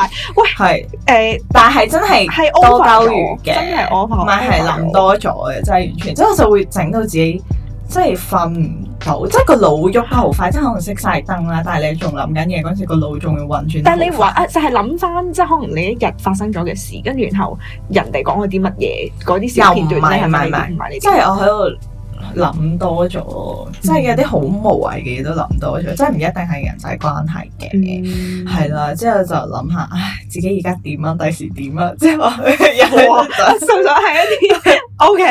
Speaker 2: 係，啊
Speaker 1: 誒
Speaker 2: 但係真係。
Speaker 1: 係
Speaker 2: 多
Speaker 1: over
Speaker 2: 鳩
Speaker 1: 咗
Speaker 2: 餘嘅，
Speaker 1: 真係 over，
Speaker 2: 唔係係諗
Speaker 1: over
Speaker 2: 多咗嘅，真係完全，即係我就會整到自己即係瞓唔到，即係個腦喐得好快，即係可能熄晒燈啦，但係你仲諗緊嘢嗰陣時，個腦仲會運轉得好快。
Speaker 1: 但你話啊，就係諗翻，即係可能你一日發生咗嘅事，跟住然後人哋講咗啲乜嘢，嗰啲小片段，
Speaker 2: 又唔係
Speaker 1: 你係咪
Speaker 2: 唔係
Speaker 1: 唔係你
Speaker 2: 即係我喺度。諗多咗，即係有啲好無謂嘅嘢都諗多咗，即係唔一定係人際關係嘅，
Speaker 1: 嗯
Speaker 2: 係啦、之後就諗下，唉，自己而家點啊，第時點啊， 之後
Speaker 1: 哇
Speaker 2: 又
Speaker 1: 純粹係一啲 O K，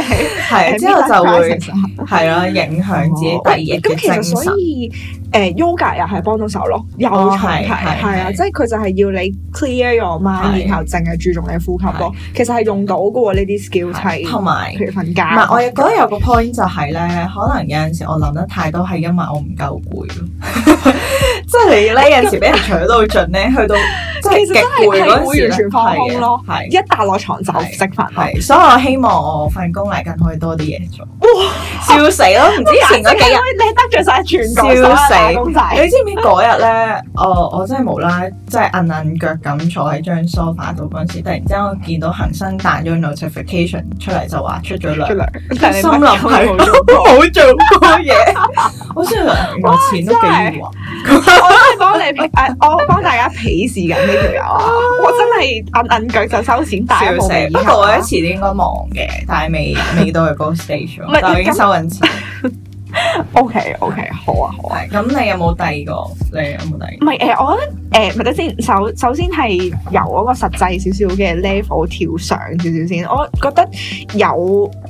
Speaker 2: 係之後就會係啦，影響自己第二日
Speaker 1: 嗯哦咁
Speaker 2: 嘅
Speaker 1: 其實
Speaker 2: 精神
Speaker 1: 所。以誒 yoga 又係幫到手咯，又
Speaker 2: 哦
Speaker 1: 長
Speaker 2: 係
Speaker 1: 題
Speaker 2: 係
Speaker 1: 係啊，
Speaker 2: 係
Speaker 1: 即係佢就係要你 clear your
Speaker 2: 係
Speaker 1: mind，然後淨係注重你呼吸咯。其實係用到嘅喎，呢啲 skill 係，
Speaker 2: 同埋
Speaker 1: 譬如瞓覺。
Speaker 2: 唔係，我亦覺得有個 point 就係咧，可能有陣時我諗得太多係因為我唔夠攰咯， 即係你咧有陣時俾人搶到盡 咧，去到即
Speaker 1: 其實
Speaker 2: 係極
Speaker 1: 真係
Speaker 2: 攰嗰
Speaker 1: 係
Speaker 2: 陣
Speaker 1: 會
Speaker 2: 時
Speaker 1: 完
Speaker 2: 咧
Speaker 1: 全放空咯
Speaker 2: 係
Speaker 1: 一笪落床就即瞓咯。
Speaker 2: 係，所以我希望我份工嚟緊可以多啲嘢做。笑死咯！唔知前嗰幾日。
Speaker 1: 你得罪晒全港所有打工仔，
Speaker 2: 你知唔知嗰日咧？我我真係無啦，即係摁摁腳咁坐喺張 sofa 度嗰陣時，突然之間我見到恒生彈咗 notification 出嚟，就話出咗糧
Speaker 1: 出。嚟，
Speaker 2: 心諗 係我冇做過嘢，我真係我錢都幾穩，
Speaker 1: 我真係幫你誒，我幫大家鄙視緊呢條友啊！我真係摁摁腳就收錢，但係
Speaker 2: 笑
Speaker 1: 冇
Speaker 2: 死！
Speaker 1: 理啊
Speaker 2: 不過我一遲啲應該忙嘅，但係未未到去嗰個 stage，
Speaker 1: 唔係
Speaker 2: 咯但我已經收緊錢。
Speaker 1: O K O K，好啊好啊。
Speaker 2: 係咁，你有冇第二個？你有冇第二
Speaker 1: 唔係誒，我覺得誒，咪得先。首首先係由嗰個實際少少嘅 level 跳上少少先。我覺得有，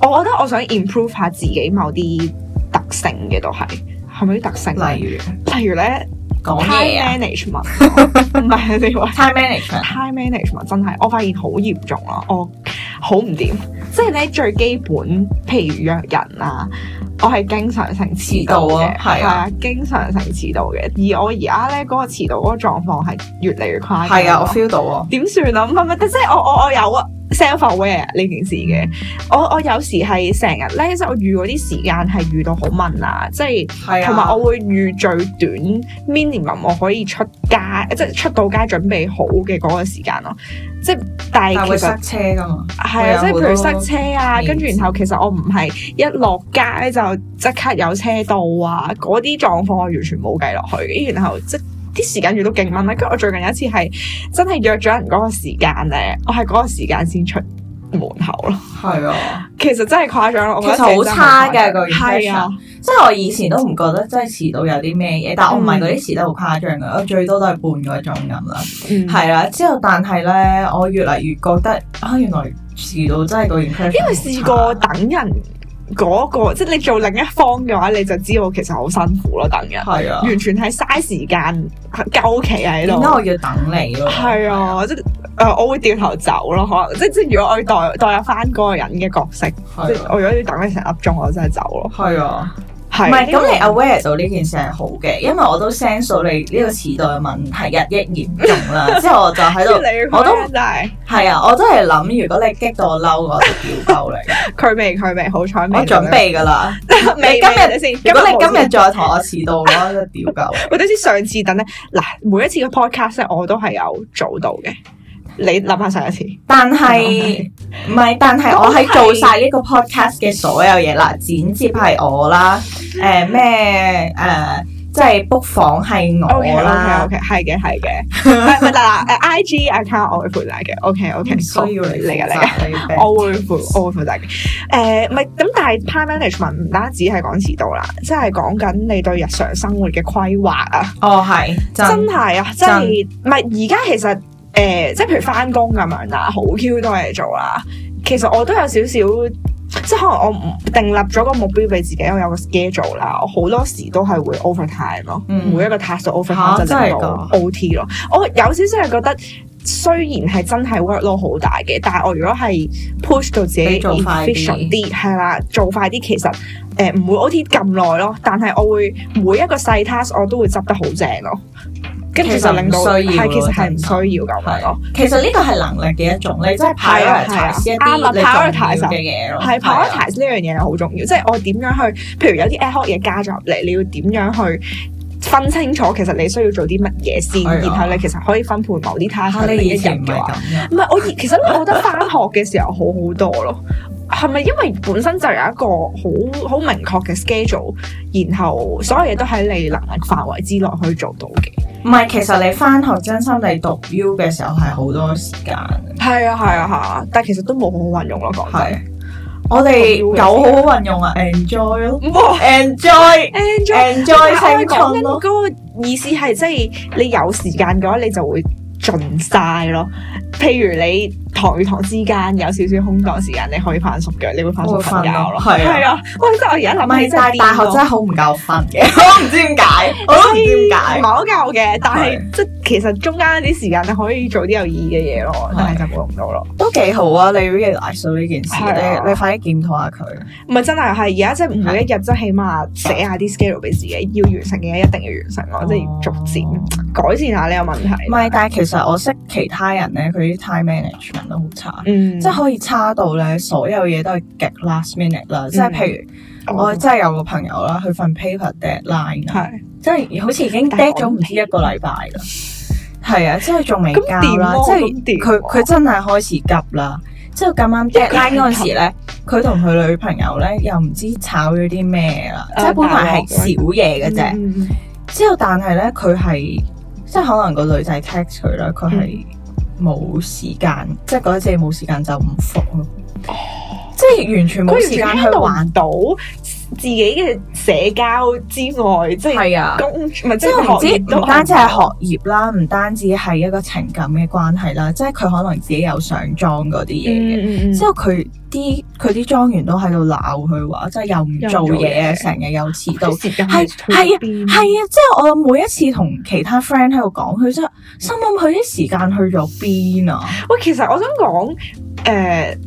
Speaker 1: 我覺得我想 improve 下自己某啲特性嘅都係，係咪啲特性？啊
Speaker 2: 個？例如
Speaker 1: 例如咧
Speaker 2: 講
Speaker 1: ，time
Speaker 2: 嘢啊
Speaker 1: management，唔 係你話。
Speaker 2: ，time management
Speaker 1: time management 真係，我發現好嚴重咯，我好唔掂。即係咧最基本，譬如約人啊，我係經常性遲到
Speaker 2: 遲到啊
Speaker 1: 嘅，
Speaker 2: 係啊，
Speaker 1: 經常性遲到嘅。而我而家咧嗰個遲到嗰個狀況係越嚟越誇張。
Speaker 2: 係啊，我 feel 到啊，
Speaker 1: 點算啊？唔係唔係，即係我我我有啊 self aware 呢件事嘅。我我有時係成日咧，即係我預嗰啲時間係預到好密啊，即係。
Speaker 2: 係啊，
Speaker 1: 同埋我會預最短 minimum 我可以出街，即係出到街準備好嘅嗰個時間咯。即係但
Speaker 2: 但
Speaker 1: 係
Speaker 2: 會
Speaker 1: 其
Speaker 2: 塞
Speaker 1: 實
Speaker 2: 車㗎嘛，
Speaker 1: 係啊，即係譬如塞車啊，
Speaker 2: 嗯
Speaker 1: 跟住然後其實我唔係一落街就即刻有車到啊，嗰啲狀況我完全冇計落去嘅。然後即係啲時間預到勁掹啦，跟住我最近有一次係真係約咗人嗰個時間咧，我係嗰個時間先出門口咯。
Speaker 2: 係啊，
Speaker 1: 其實真係誇張咯，我覺得
Speaker 2: 其實好差
Speaker 1: 嘅
Speaker 2: 嘅個
Speaker 1: 係啊，
Speaker 2: 即係我以前都唔覺得真係遲到有啲咩嘢，但我唔係嗰啲遲得好誇張嘅，我最多都係半個鐘咁啦。
Speaker 1: 嗯
Speaker 2: 係啦，之後但係咧，我越嚟越覺得啊，原來遲到真係個 impression
Speaker 1: 因為試過等人嗰、個，即係你做另一方嘅話，你就知道其實好辛苦咯，等人
Speaker 2: 係啊，
Speaker 1: 完全係嘥時間鳩企喺
Speaker 2: 點解我
Speaker 1: 度。
Speaker 2: 要等你咯？
Speaker 1: 係啊，即係誒、我會掉頭走咯，可能即即係如果我要代代入翻嗰個人嘅角色，即係
Speaker 2: 係啊，
Speaker 1: 我如果要等你成粒鐘，我真係走咯。
Speaker 2: 係啊，
Speaker 1: 係
Speaker 2: 唔係
Speaker 1: 呢個
Speaker 2: 咁你 aware 到呢件事係好嘅，因為我都 sense 到你呢個遲到嘅問題日益嚴 重啦。之後我就喺
Speaker 1: 即係
Speaker 2: 度，
Speaker 1: 你
Speaker 2: 我都
Speaker 1: 真係
Speaker 2: 係啊，我都係諗，如果你激到我嬲，我就屌 鳩你，
Speaker 1: 佢未佢未，好彩未。
Speaker 2: 我準備㗎啦。
Speaker 1: 未
Speaker 2: 你今日
Speaker 1: 未先，
Speaker 2: 如果你
Speaker 1: 冇
Speaker 2: 今日
Speaker 1: 先
Speaker 2: 再同我遲到 嘅話，我就屌鳩你。
Speaker 1: 或者似上次等咧，嗱每一次嘅 podcast 咧，我都係有做到嘅。你諗下上一次，
Speaker 2: 但係唔係，但係我喺做晒呢個 podcast 嘅所有嘢啦，剪接係我啦，誒咩誒，即係 book 房係
Speaker 1: O K O
Speaker 2: 我
Speaker 1: K
Speaker 2: 哦啦
Speaker 1: O，K，係嘅係 嘅，唔係唔係嗱誒 I G account 我會負責嘅，O K O K，
Speaker 2: 唔需嗯要你
Speaker 1: 嚟嘅嚟嘅。
Speaker 2: 嘅
Speaker 1: 我會負我會負責嘅，誒唔係咁，但係 time management 唔單止係講遲到啦，即係講緊你對日常生活嘅規劃啊，
Speaker 2: 哦係真
Speaker 1: 真係啊，即係唔係而家其實誒、即係譬如翻工咁樣啦，好 Q 多嘢做啦，其實我都有少少，即係可能我唔定立咗個目標俾自己，我有個 schedule 啦，我好多時都係會 overtime 咯，
Speaker 2: 嗯
Speaker 1: 每一個 task 都
Speaker 2: 嚇
Speaker 1: overtime 就令到 OT 咯，我有少少係覺得。雖然係真係 workload 好大嘅，但係我如果係 push 到自己
Speaker 2: 你做快啲
Speaker 1: efficient 啲，係啦，做快啲其實誒呃唔、會 OT 咁耐咯，但係我會每一個細 task 我都會執得好正咯，跟住就令到
Speaker 2: 其實唔需要啊
Speaker 1: 係
Speaker 2: 咯
Speaker 1: 其實係唔需要咁樣咯，
Speaker 2: 其實呢個係能力嘅一種，你真係
Speaker 1: 係啊係啊
Speaker 2: prioritize 一
Speaker 1: 啱
Speaker 2: 啲
Speaker 1: 啊
Speaker 2: 你重要
Speaker 1: prioritize
Speaker 2: 嘅嘢咯，
Speaker 1: 係
Speaker 2: 係啊
Speaker 1: prioritize 呢樣嘢係好重要，即係我點樣去，譬如有啲 ad hoc 嘢加咗入嚟，你要點樣去？分清楚其實你需要做啲乜嘢先，
Speaker 2: 係啊
Speaker 1: 然後你其實可以分配某啲 task
Speaker 2: 嚇
Speaker 1: 俾
Speaker 2: 啊你
Speaker 1: 一
Speaker 2: 以
Speaker 1: 日
Speaker 2: 前唔
Speaker 1: 嘅
Speaker 2: 係
Speaker 1: 話
Speaker 2: 咁。嘅，
Speaker 1: 唔係我而其實我覺得翻學嘅時候好好多咯。係咪因為本身就有一個好好明確嘅 schedule，然後所有嘢都喺你能力範圍之內可以做到嘅？
Speaker 2: 唔係其實你翻學真心你讀 U 嘅時候係好多時間嘅。
Speaker 1: 係啊，係啊，係啊，但係其實都冇好好運用咯，講真。
Speaker 2: 係，我哋有好好運用啊，enjoy 咯
Speaker 1: 哇
Speaker 2: ，enjoy
Speaker 1: ，enjoy
Speaker 2: enjoy 青春
Speaker 1: 嗰
Speaker 2: 咯，
Speaker 1: 個意思係即係你有時間嘅話，你就會盡晒咯。譬如你堂與堂之間有少少空檔時間，你可以翻宿嘅，你會翻宿
Speaker 2: 我會
Speaker 1: 瞓
Speaker 2: 瞓
Speaker 1: 覺
Speaker 2: 咯
Speaker 1: 咯。
Speaker 2: 係啊
Speaker 1: 係啊，哇！真係我而家
Speaker 2: 唔
Speaker 1: 諗起
Speaker 2: 係，
Speaker 1: 真
Speaker 2: 但
Speaker 1: 係
Speaker 2: 係大學
Speaker 1: 癲咯
Speaker 2: 真係好唔夠瞓嘅， 我都唔知點解，我都唔知點
Speaker 1: 唔
Speaker 2: 解
Speaker 1: 係。好夠嘅，但係即係其實中間啲時間你可以做啲有意義嘅嘢咯
Speaker 2: 係，
Speaker 1: 但係就冇用到咯。
Speaker 2: 都幾好啊！你 realize 到呢件事，
Speaker 1: 係啊
Speaker 2: 你你快啲檢討下佢。
Speaker 1: 唔係真係係而家即係每一日即係起碼寫下啲 schedule 俾自己，要完成嘅嘢一定要完成咯，即係逐漸改善下呢個問題。
Speaker 2: 哦唔係，但係其實我識其他人咧，佢啲 time management 都好差，
Speaker 1: 嗯，
Speaker 2: 即係可以差到咧，所有嘢都係極 last minute 啦。
Speaker 1: 嗯
Speaker 2: 即係譬如我真係有個朋友啦，佢份 paper deadline 啊
Speaker 1: 係
Speaker 2: 即係好似已經 d
Speaker 1: 但係
Speaker 2: e
Speaker 1: 我
Speaker 2: 咗唔知一個禮拜啦。係啊，之後仲未交
Speaker 1: 咁掂
Speaker 2: 啦，
Speaker 1: 咯
Speaker 2: 即
Speaker 1: 咁啊掂
Speaker 2: 係佢佢真係開始急啦。之後咁啱 deadline 嗰陣時咧，佢同佢女朋友咧又唔知炒咗啲咩啦，
Speaker 1: 啊
Speaker 2: 即係本來係小嘢嘅啫。
Speaker 1: 嗯嗯
Speaker 2: 之後但係咧，佢係即係可能個女仔 text 佢啦，佢係
Speaker 1: 嗯
Speaker 2: 冇時間，即係覺得自己冇時間就唔復咯。即係完全
Speaker 1: 哦佢
Speaker 2: 冇時間
Speaker 1: 完全
Speaker 2: 去
Speaker 1: 去
Speaker 2: 玩。
Speaker 1: 還到自己嘅社交之外，即係
Speaker 2: 係啊。
Speaker 1: 工唔係即
Speaker 2: 即係我
Speaker 1: 係
Speaker 2: 唔
Speaker 1: 學業
Speaker 2: 知，
Speaker 1: 都
Speaker 2: 唔單止係學業啦，唔單止係一個情感嘅關係啦，即係佢可能自己有上莊嗰啲嘢嘅。
Speaker 1: 嗯嗯嗯嗯
Speaker 2: 之後佢啲佢啲莊園都喺度鬧佢話，即係又唔做
Speaker 1: 又唔
Speaker 2: 嘢，
Speaker 1: 做嘢
Speaker 2: 成日又遲到。
Speaker 1: 時間
Speaker 2: 係係啊
Speaker 1: 邊
Speaker 2: 係啊，即係我每一次同其他 friend 喺度講，佢真係心諗佢啲時間去咗邊啊！
Speaker 1: 喂，其實我想講，誒、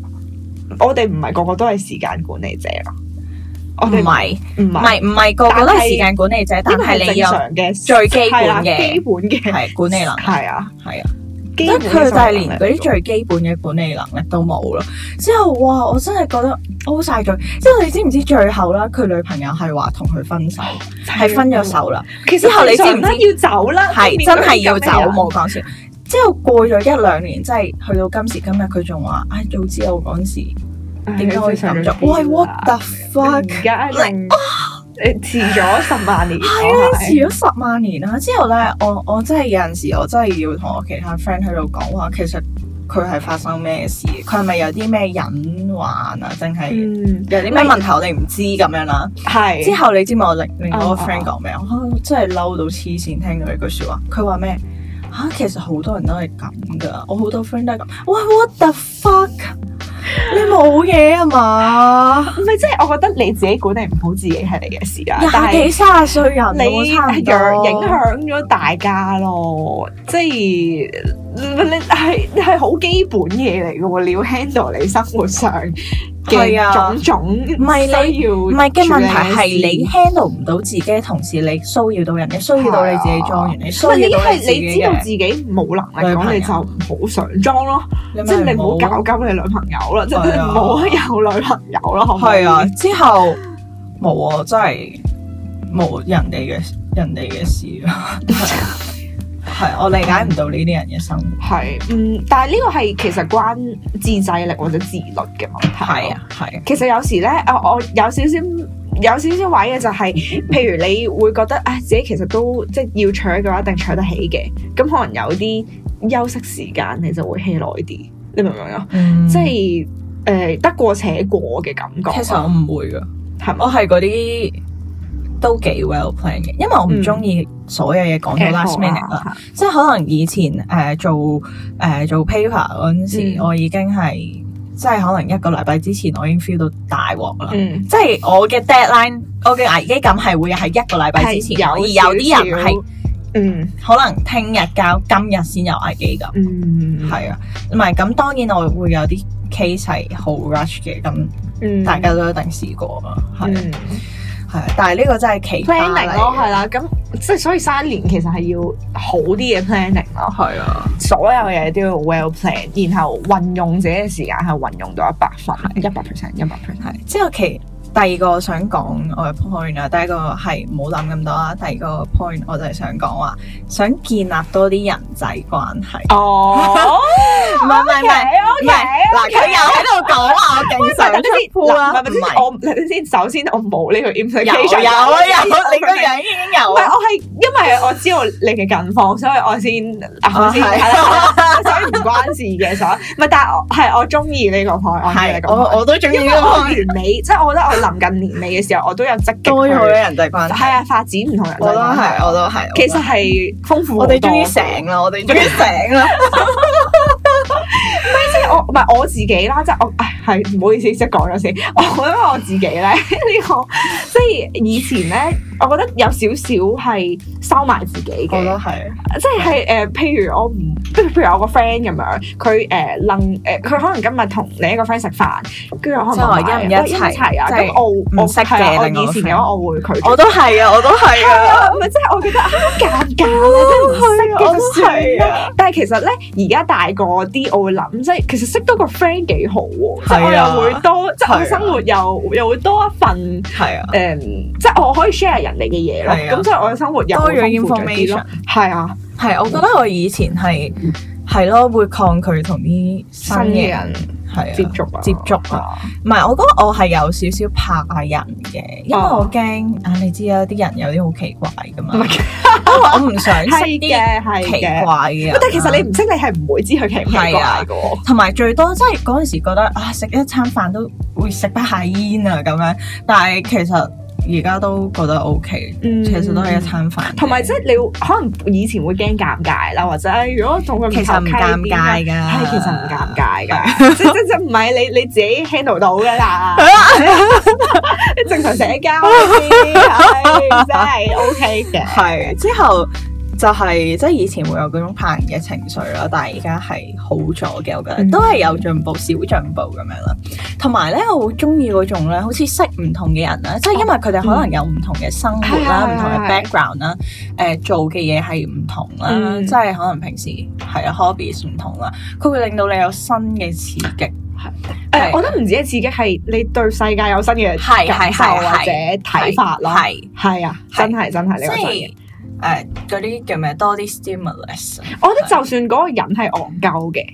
Speaker 1: 我哋唔係個個都係時間管理者咯，我
Speaker 2: 唔
Speaker 1: 哋
Speaker 2: 係
Speaker 1: 唔
Speaker 2: 唔
Speaker 1: 係，
Speaker 2: 係唔係個個都
Speaker 1: 但係
Speaker 2: 係時間管理者，但
Speaker 1: 呢個係
Speaker 2: 係
Speaker 1: 正
Speaker 2: 你有
Speaker 1: 常嘅
Speaker 2: 最基本
Speaker 1: 係啦
Speaker 2: 嘅
Speaker 1: 基本嘅
Speaker 2: 係管理能力
Speaker 1: 係啊，
Speaker 2: 係啊。
Speaker 1: 基
Speaker 2: 即係
Speaker 1: 本
Speaker 2: 佢就係連嗰啲
Speaker 1: 最
Speaker 2: 最基本嘅管理能力都冇咯。之後哇，我真係覺得 O 晒嘴。之後你知唔知最後啦，佢女朋友係話同佢分手，係分咗。手啦，
Speaker 1: 啊其實
Speaker 2: 之後你知唔知
Speaker 1: 正常啦要走啦？
Speaker 2: 係啊真係要走，
Speaker 1: 冇
Speaker 2: 冇講笑。之後過咗一兩年，即係去到今時今日，佢仲話：唉，早知我嗰陣時點解可以咁做？喂，what the
Speaker 1: 啊而
Speaker 2: fuck！啊
Speaker 1: 家令你遲咗十萬年，
Speaker 2: 係
Speaker 1: 我
Speaker 2: 啊，
Speaker 1: 係
Speaker 2: 遲咗十啊萬年啦。之後咧，我我真係有陣時，我真係要同我其他 friend 喺度講話，其實佢係發生咩事，佢係咪有啲咩隱患啊？定係
Speaker 1: 嗯，
Speaker 2: 有啲咩問題我哋唔知咁樣啦。
Speaker 1: 係
Speaker 2: 之後你知唔知我另另外一個
Speaker 1: 啊啊
Speaker 2: friend 講咩？我真係嬲到黐線，聽到佢句説話，佢話咩？嚇、其實好多人都係咁噶，我好多 friend 都係咁。哇，what the fuck！你冇嘢啊嘛？
Speaker 1: 唔係即係我覺得你自己管理唔好自己係你嘅事啊，但
Speaker 2: 廿
Speaker 1: 係
Speaker 2: 幾三十歲人喎，
Speaker 1: 你
Speaker 2: 差唔
Speaker 1: 影
Speaker 2: 多
Speaker 1: 響咗大家咯，即係你係係好基本嘢嚟嘅喎，你要 handle 你生活上
Speaker 2: 係啊
Speaker 1: 嘅種種
Speaker 2: 唔係你
Speaker 1: 需要
Speaker 2: 唔
Speaker 1: 唔
Speaker 2: 係嘅問題係你 handle 唔到自己嘅同時，你騷擾到人，你騷擾到你自己莊園，你
Speaker 1: 唔係
Speaker 2: 騷
Speaker 1: 你
Speaker 2: 擾到
Speaker 1: 係
Speaker 2: 你自己
Speaker 1: 你知道
Speaker 2: 嘅
Speaker 1: 自己冇能力講，你
Speaker 2: 女
Speaker 1: 就
Speaker 2: 朋友
Speaker 1: 唔好上裝咯，
Speaker 2: 咪
Speaker 1: 即係你唔好
Speaker 2: 冇
Speaker 1: 搞鳩你女朋友啦，即係
Speaker 2: 係啊
Speaker 1: 唔好有女朋友咯，好唔好
Speaker 2: 係啊，，之後冇啊，真係冇人哋嘅人哋嘅事 啊。係啊我理解唔到呢啲人嘅生活。
Speaker 1: 係嗯，但係呢個係其實關自制力或者自律嘅問題。
Speaker 2: 係，啊，係啊，
Speaker 1: 其實有時咧，啊我有少少。有少少位嘅就係、譬如你會覺得啊、自己其實都即係要搶嘅話，一定搶得起嘅。咁可能有啲休息時間，你就會 hea 耐啲。你明唔明啊？
Speaker 2: 嗯啊
Speaker 1: 即係誒、呃得過且過嘅感覺。啊
Speaker 2: 其實我唔會噶，
Speaker 1: 係咪
Speaker 2: 我係嗰啲都幾 well plan 嘅，因為我唔中意所有嘢講到 last minute 啦。
Speaker 1: 啊，
Speaker 2: 即係可能以前誒、呃做誒、呃做 paper 嗰陣時，
Speaker 1: 嗯
Speaker 2: 我已經係即係可能一個禮拜之前，我已經 feel 到大鑊啦。
Speaker 1: 嗯，
Speaker 2: 即係我嘅 deadline，我嘅危機感係會喺一個禮拜之前有，而有啲人係
Speaker 1: 係，嗯
Speaker 2: 可能聽日交，今日先有危機感。
Speaker 1: 嗯，
Speaker 2: 係啊，唔係咁當然我會有啲 case 係好 rush 嘅，咁
Speaker 1: 嗯
Speaker 2: 大家都一定試過啊，係
Speaker 1: 嗯
Speaker 2: 係啊，但係呢個真係奇葩
Speaker 1: planning 咯，係
Speaker 2: 係
Speaker 1: 啦，咁即係所以三年其實係要好啲嘅 planning 咯，
Speaker 2: 係啊，
Speaker 1: 所有嘢都要 well plan，然後運用自己嘅時間係運用到一百分，一百 percent，一百 percent。
Speaker 2: 係之後其第二個想講我嘅 point 啊，第一個係唔好諗咁多啦，第二個 point 我就係想講話想建立多啲人際關係，
Speaker 1: 哦，
Speaker 2: 唔係唔係唔係。唔係嗱，佢又喺度講話我
Speaker 1: 喂等
Speaker 2: 勁想
Speaker 1: 陣先
Speaker 2: 出鋪啦，
Speaker 1: 嗱唔係唔係我等陣先，首先我冇呢個
Speaker 2: 有
Speaker 1: implication，
Speaker 2: 有有，你個樣已經有啊
Speaker 1: 唔係，我係因為我知道你嘅近況，所以我先我先
Speaker 2: 啊係
Speaker 1: 係啦，所以唔關事嘅，所以唔係，但係我係我中意呢個 point，我中意呢
Speaker 2: 係，
Speaker 1: 個
Speaker 2: 我
Speaker 1: point
Speaker 2: 我都中意
Speaker 1: 因為
Speaker 2: 呢個
Speaker 1: 我
Speaker 2: point
Speaker 1: 年尾，即係我覺得我臨近年尾嘅時候，我都有積極
Speaker 2: 多咗嘅
Speaker 1: 去
Speaker 2: 人際關
Speaker 1: 係
Speaker 2: 係，
Speaker 1: 啊發展唔同人際
Speaker 2: 我都
Speaker 1: 關係
Speaker 2: 係，我都係。
Speaker 1: 其實係豐富好
Speaker 2: 我
Speaker 1: 多
Speaker 2: 哋終於醒啦，我哋終於 醒啦。
Speaker 1: 即係我唔係我自己啦，即係我唉係唔好意思，即係講咗先。 我覺得我自己咧呢、 個即係以前咧，我覺得有少少係收埋自己嘅。
Speaker 2: 係，
Speaker 1: 即係誒、呃譬如我唔，即係譬如我個 friend 咁樣，佢誒楞誒，佢、可能今日同另一個 friend 食飯，跟住我可能
Speaker 2: 即係話
Speaker 1: 問
Speaker 2: 一唔
Speaker 1: 埋
Speaker 2: 一
Speaker 1: 喂
Speaker 2: 齊
Speaker 1: 齊啊？
Speaker 2: 即
Speaker 1: 咁
Speaker 2: 係
Speaker 1: 我我
Speaker 2: 唔識嘅
Speaker 1: 係啊我
Speaker 2: 另外個
Speaker 1: 以前嘅話，我會拒絕。
Speaker 2: 我都係啊，我都係啊。
Speaker 1: 唔係即係我覺得啊尷尬啦，即係唔識嘅就算
Speaker 2: 係
Speaker 1: 啦
Speaker 2: 啊。
Speaker 1: 但係其實咧，而家大個啲，我會諗即係其實識多個 friend 幾好喎，即係我
Speaker 2: 係啊
Speaker 1: 又會多，即係
Speaker 2: 係
Speaker 1: 我
Speaker 2: 啊
Speaker 1: 生活又又會多一份
Speaker 2: 係啊，
Speaker 1: 誒，即係我可以 share 人哋嘅嘢咯。
Speaker 2: 係啊
Speaker 1: 咁所以我嘅生活又
Speaker 2: 多
Speaker 1: 會
Speaker 2: 樣
Speaker 1: 豐富咗啲咯
Speaker 2: information。
Speaker 1: 係啊，
Speaker 2: 係，我覺得我以前係係咯，會抗拒同啲新嘅人
Speaker 1: 接
Speaker 2: 係啊。
Speaker 1: 觸啊，
Speaker 2: 接觸啊唔係，我覺得我係有少少怕人嘅，因為
Speaker 1: 哦
Speaker 2: 我驚啊，你知啊，啲人有啲好奇怪噶嘛，
Speaker 1: 唔
Speaker 2: 因
Speaker 1: 係
Speaker 2: 為我唔想識
Speaker 1: 係
Speaker 2: 啲
Speaker 1: 嘅，係
Speaker 2: 奇怪
Speaker 1: 嘅。
Speaker 2: 嘅人
Speaker 1: 但係其實
Speaker 2: 啦
Speaker 1: 你唔識，你係唔會知佢奇唔奇怪
Speaker 2: 係啊
Speaker 1: 嘅喎。
Speaker 2: 同埋最多即係嗰陣時覺得啊食一餐飯都會食不下煙啊咁樣，但係其實而家都覺得 O、k
Speaker 1: 嗯
Speaker 2: 其實都係一餐飯。
Speaker 1: 同埋即係你會可能以前會驚尷尬啦，或者哎如果同佢
Speaker 2: 其實唔尷尬㗎，
Speaker 1: 係啊其實唔尷尬 㗎，即即即唔係你你自己 handle 到㗎啦，你正常社交嗰啲係真係 OK 嘅。
Speaker 2: 係之後就係、即係以前會有嗰種怕人嘅情緒啦，但係而家係好咗嘅，我覺
Speaker 1: 嗯
Speaker 2: 得都係有進步，小進步咁樣啦。同埋咧，我好中意嗰種咧，好似識唔同嘅人啦，即係因為佢哋可能有唔同嘅生活啦、
Speaker 1: 嗯
Speaker 2: 唔同嘅
Speaker 1: 係
Speaker 2: background 啦、誒做嘅嘢係唔同啦，
Speaker 1: 嗯
Speaker 2: 即係可能平時係啊 hobbies 唔同啦，佢會令到你有新嘅刺激。
Speaker 1: 誒，我覺得唔止係刺激，係你對世界有新嘅
Speaker 2: 係
Speaker 1: 感
Speaker 2: 係
Speaker 1: 受
Speaker 2: 係
Speaker 1: 或者睇法咯。
Speaker 2: 係
Speaker 1: 係啊，真係真係
Speaker 2: 即
Speaker 1: 呢個真嘅
Speaker 2: 係。誒嗰啲叫咩？多啲 stimulus。啊
Speaker 1: 我覺得就算嗰個人係戇鳩 嘅，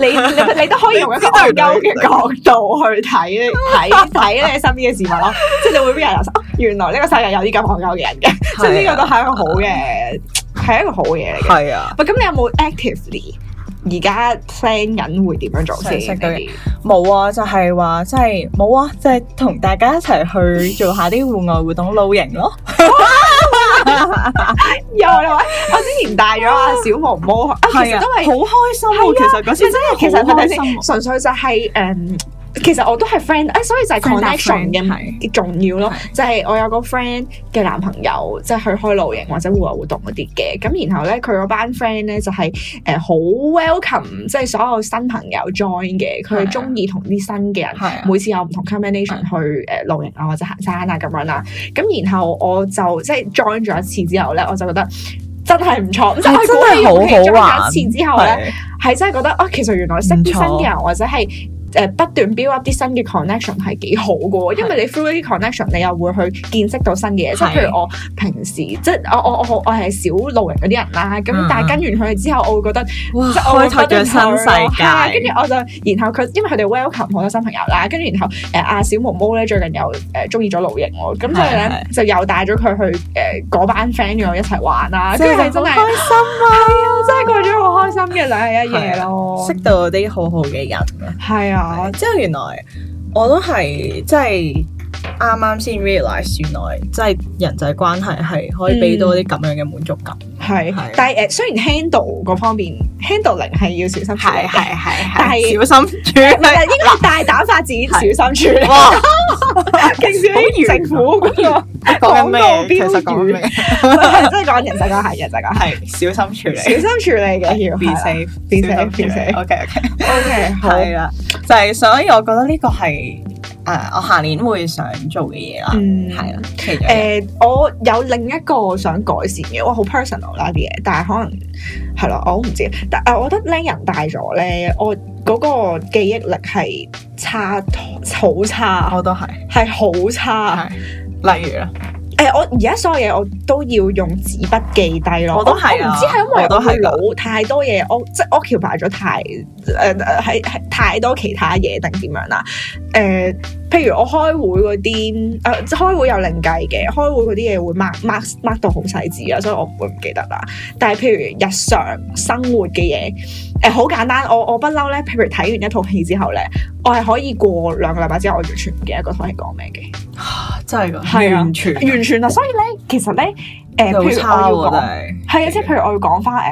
Speaker 1: 你你你都可以用一個戇鳩嘅角度去睇睇 睇你身邊嘅事物咯。即係你會俾人有哦，原來呢個世界有啲咁戇鳩嘅人嘅，
Speaker 2: 啊
Speaker 1: 即係呢個都係一個好嘅，係一個好嘢嚟嘅。
Speaker 2: 係啊。
Speaker 1: 喂，咁你有冇 actively 而家 plan 緊會點樣做
Speaker 2: 想識
Speaker 1: 先？
Speaker 2: 到
Speaker 1: 呢
Speaker 2: 人
Speaker 1: 啲
Speaker 2: 冇啊，就係話即係冇啊，即係同大家一齊去做下啲戶外活動露營咯。
Speaker 1: 有啦，我之前帶咗阿小毛毛，啊，其
Speaker 2: 係
Speaker 1: 實
Speaker 2: 啊
Speaker 1: 都，係啊
Speaker 2: 好開心喎！其實嗰時
Speaker 1: 其
Speaker 2: 真
Speaker 1: 實
Speaker 2: 係
Speaker 1: 佢
Speaker 2: 好
Speaker 1: 哋
Speaker 2: 開心
Speaker 1: 先
Speaker 2: 啊。
Speaker 1: 純粹就係、誒。其實我都係 friend，誒，所以就係
Speaker 2: Friend 搭
Speaker 1: connection
Speaker 2: friend，
Speaker 1: 嘅
Speaker 2: 係
Speaker 1: 嘅重要咯。就係我有個 friend 嘅男朋友，即係去開露營或者戶外活動嗰啲嘅。咁然後咧，佢嗰班 friend 咧就係誒好 welcome，即係所有新朋友 join 嘅。佢
Speaker 2: 係啊
Speaker 1: 中意同啲新嘅人
Speaker 2: 係啊
Speaker 1: 每次有唔同 combination 去誒露營啊或者行山啊咁樣啦。咁然後我就即係 join 咗一次之後咧，我就覺得真係唔錯，即係我
Speaker 2: 真
Speaker 1: 鼓起
Speaker 2: 係好
Speaker 1: 勇氣 join
Speaker 2: 好
Speaker 1: 咗
Speaker 2: 玩
Speaker 1: 一次之後咧。
Speaker 2: 係
Speaker 1: 係真係覺得啊，其實原來識啲
Speaker 2: 唔錯
Speaker 1: 新嘅人或者係誒、呃不斷 build up 啲新嘅 connection 係幾好嘅喎，因為你 through 呢啲 connection 你又會去見識到新嘅嘢，即係
Speaker 2: 係啊
Speaker 1: 譬如我平時即係我我我我係小路人嗰啲人啦，咁、
Speaker 2: 嗯
Speaker 1: 但係跟完佢哋之後，我會覺得
Speaker 2: 哇，
Speaker 1: 即係我會
Speaker 2: 開拓
Speaker 1: 覺得
Speaker 2: 咗新
Speaker 1: 佢
Speaker 2: 世
Speaker 1: 係啊跟
Speaker 2: 界。
Speaker 1: 住我就然後佢因為佢哋 welcome 好多新朋友啦，跟住然後誒阿、小毛毛咧最近又誒中意咗露營喎，咁所以
Speaker 2: 係
Speaker 1: 咧就又帶咗佢去誒呃嗰、班 friend 嗰度一齊玩啦，啊跟
Speaker 2: 真
Speaker 1: 住
Speaker 2: 係
Speaker 1: 係真係
Speaker 2: 好開心啊！
Speaker 1: 真係過咗好開心嘅兩日一夜咯，
Speaker 2: 識到啲好好嘅人啊！
Speaker 1: 哦係啊，
Speaker 2: 之後原來我都係即係啱啱先 realise，原來即係人際關係係可以俾到啲咁樣嘅滿足
Speaker 1: 嗯
Speaker 2: 感。
Speaker 1: 係
Speaker 2: 係，
Speaker 1: 但係誒、呃，雖然 handle 嗰方面 handling 係要小心處理嘅，但係
Speaker 2: 係，小心處
Speaker 1: 唔係應該大膽發展，小心處理。
Speaker 2: 哇！ 啊
Speaker 1: 勁少啲政府嗰個
Speaker 2: 講緊咩？其
Speaker 1: 廣告標語
Speaker 2: 實講緊咩？
Speaker 1: 係真係講人際關係，人際關係
Speaker 2: 係小心處
Speaker 1: 小心
Speaker 2: 理。
Speaker 1: 處理嘅要
Speaker 2: be
Speaker 1: 係啦
Speaker 2: safe，be
Speaker 1: Be safe，be safe
Speaker 2: OK OK，
Speaker 1: OK 好，
Speaker 2: 係啦，就係所以我覺得呢個係呃誒我下年會想做嘅嘢啦，
Speaker 1: 嗯
Speaker 2: 係啦，其中一樣
Speaker 1: 誒、我有另一個想改善嘅，哇，好 personal 啦啲嘢，但係可能係啦，我都唔知。但誒，我覺得僆人大咗咧，我嗰個記憶力係差好差，
Speaker 2: 我都係，
Speaker 1: 係好差。
Speaker 2: 係例如啦，
Speaker 1: 誒、我而家所有嘢我都要用紙筆記低咯。
Speaker 2: 我都係
Speaker 1: 我唔
Speaker 2: 啊
Speaker 1: 知係因為
Speaker 2: 我都
Speaker 1: 我
Speaker 2: 係㗎
Speaker 1: 腦太多嘢，我即係 occupy 咗太誒誒係係太多其他嘢定點樣啦。誒、譬如我開會嗰啲誒開會有另計嘅，開會嗰啲嘢會 mark mark mark 到好細緻啊，所以我唔會唔記得啦。但係譬如日常生活嘅嘢，誒、好簡單，我我不嬲咧。譬如睇完一套戲之後咧，我係可以過兩個禮拜之後，我完全唔記得嗰套戲講咩嘅。
Speaker 2: 真
Speaker 1: 係
Speaker 2: 係㗎，
Speaker 1: 啊
Speaker 2: 完全
Speaker 1: 完全啊！所以咧，其實咧，誒、譬
Speaker 2: 好差
Speaker 1: 如我要講，
Speaker 2: 喎，真
Speaker 1: 係啊，即係譬如我要講翻誒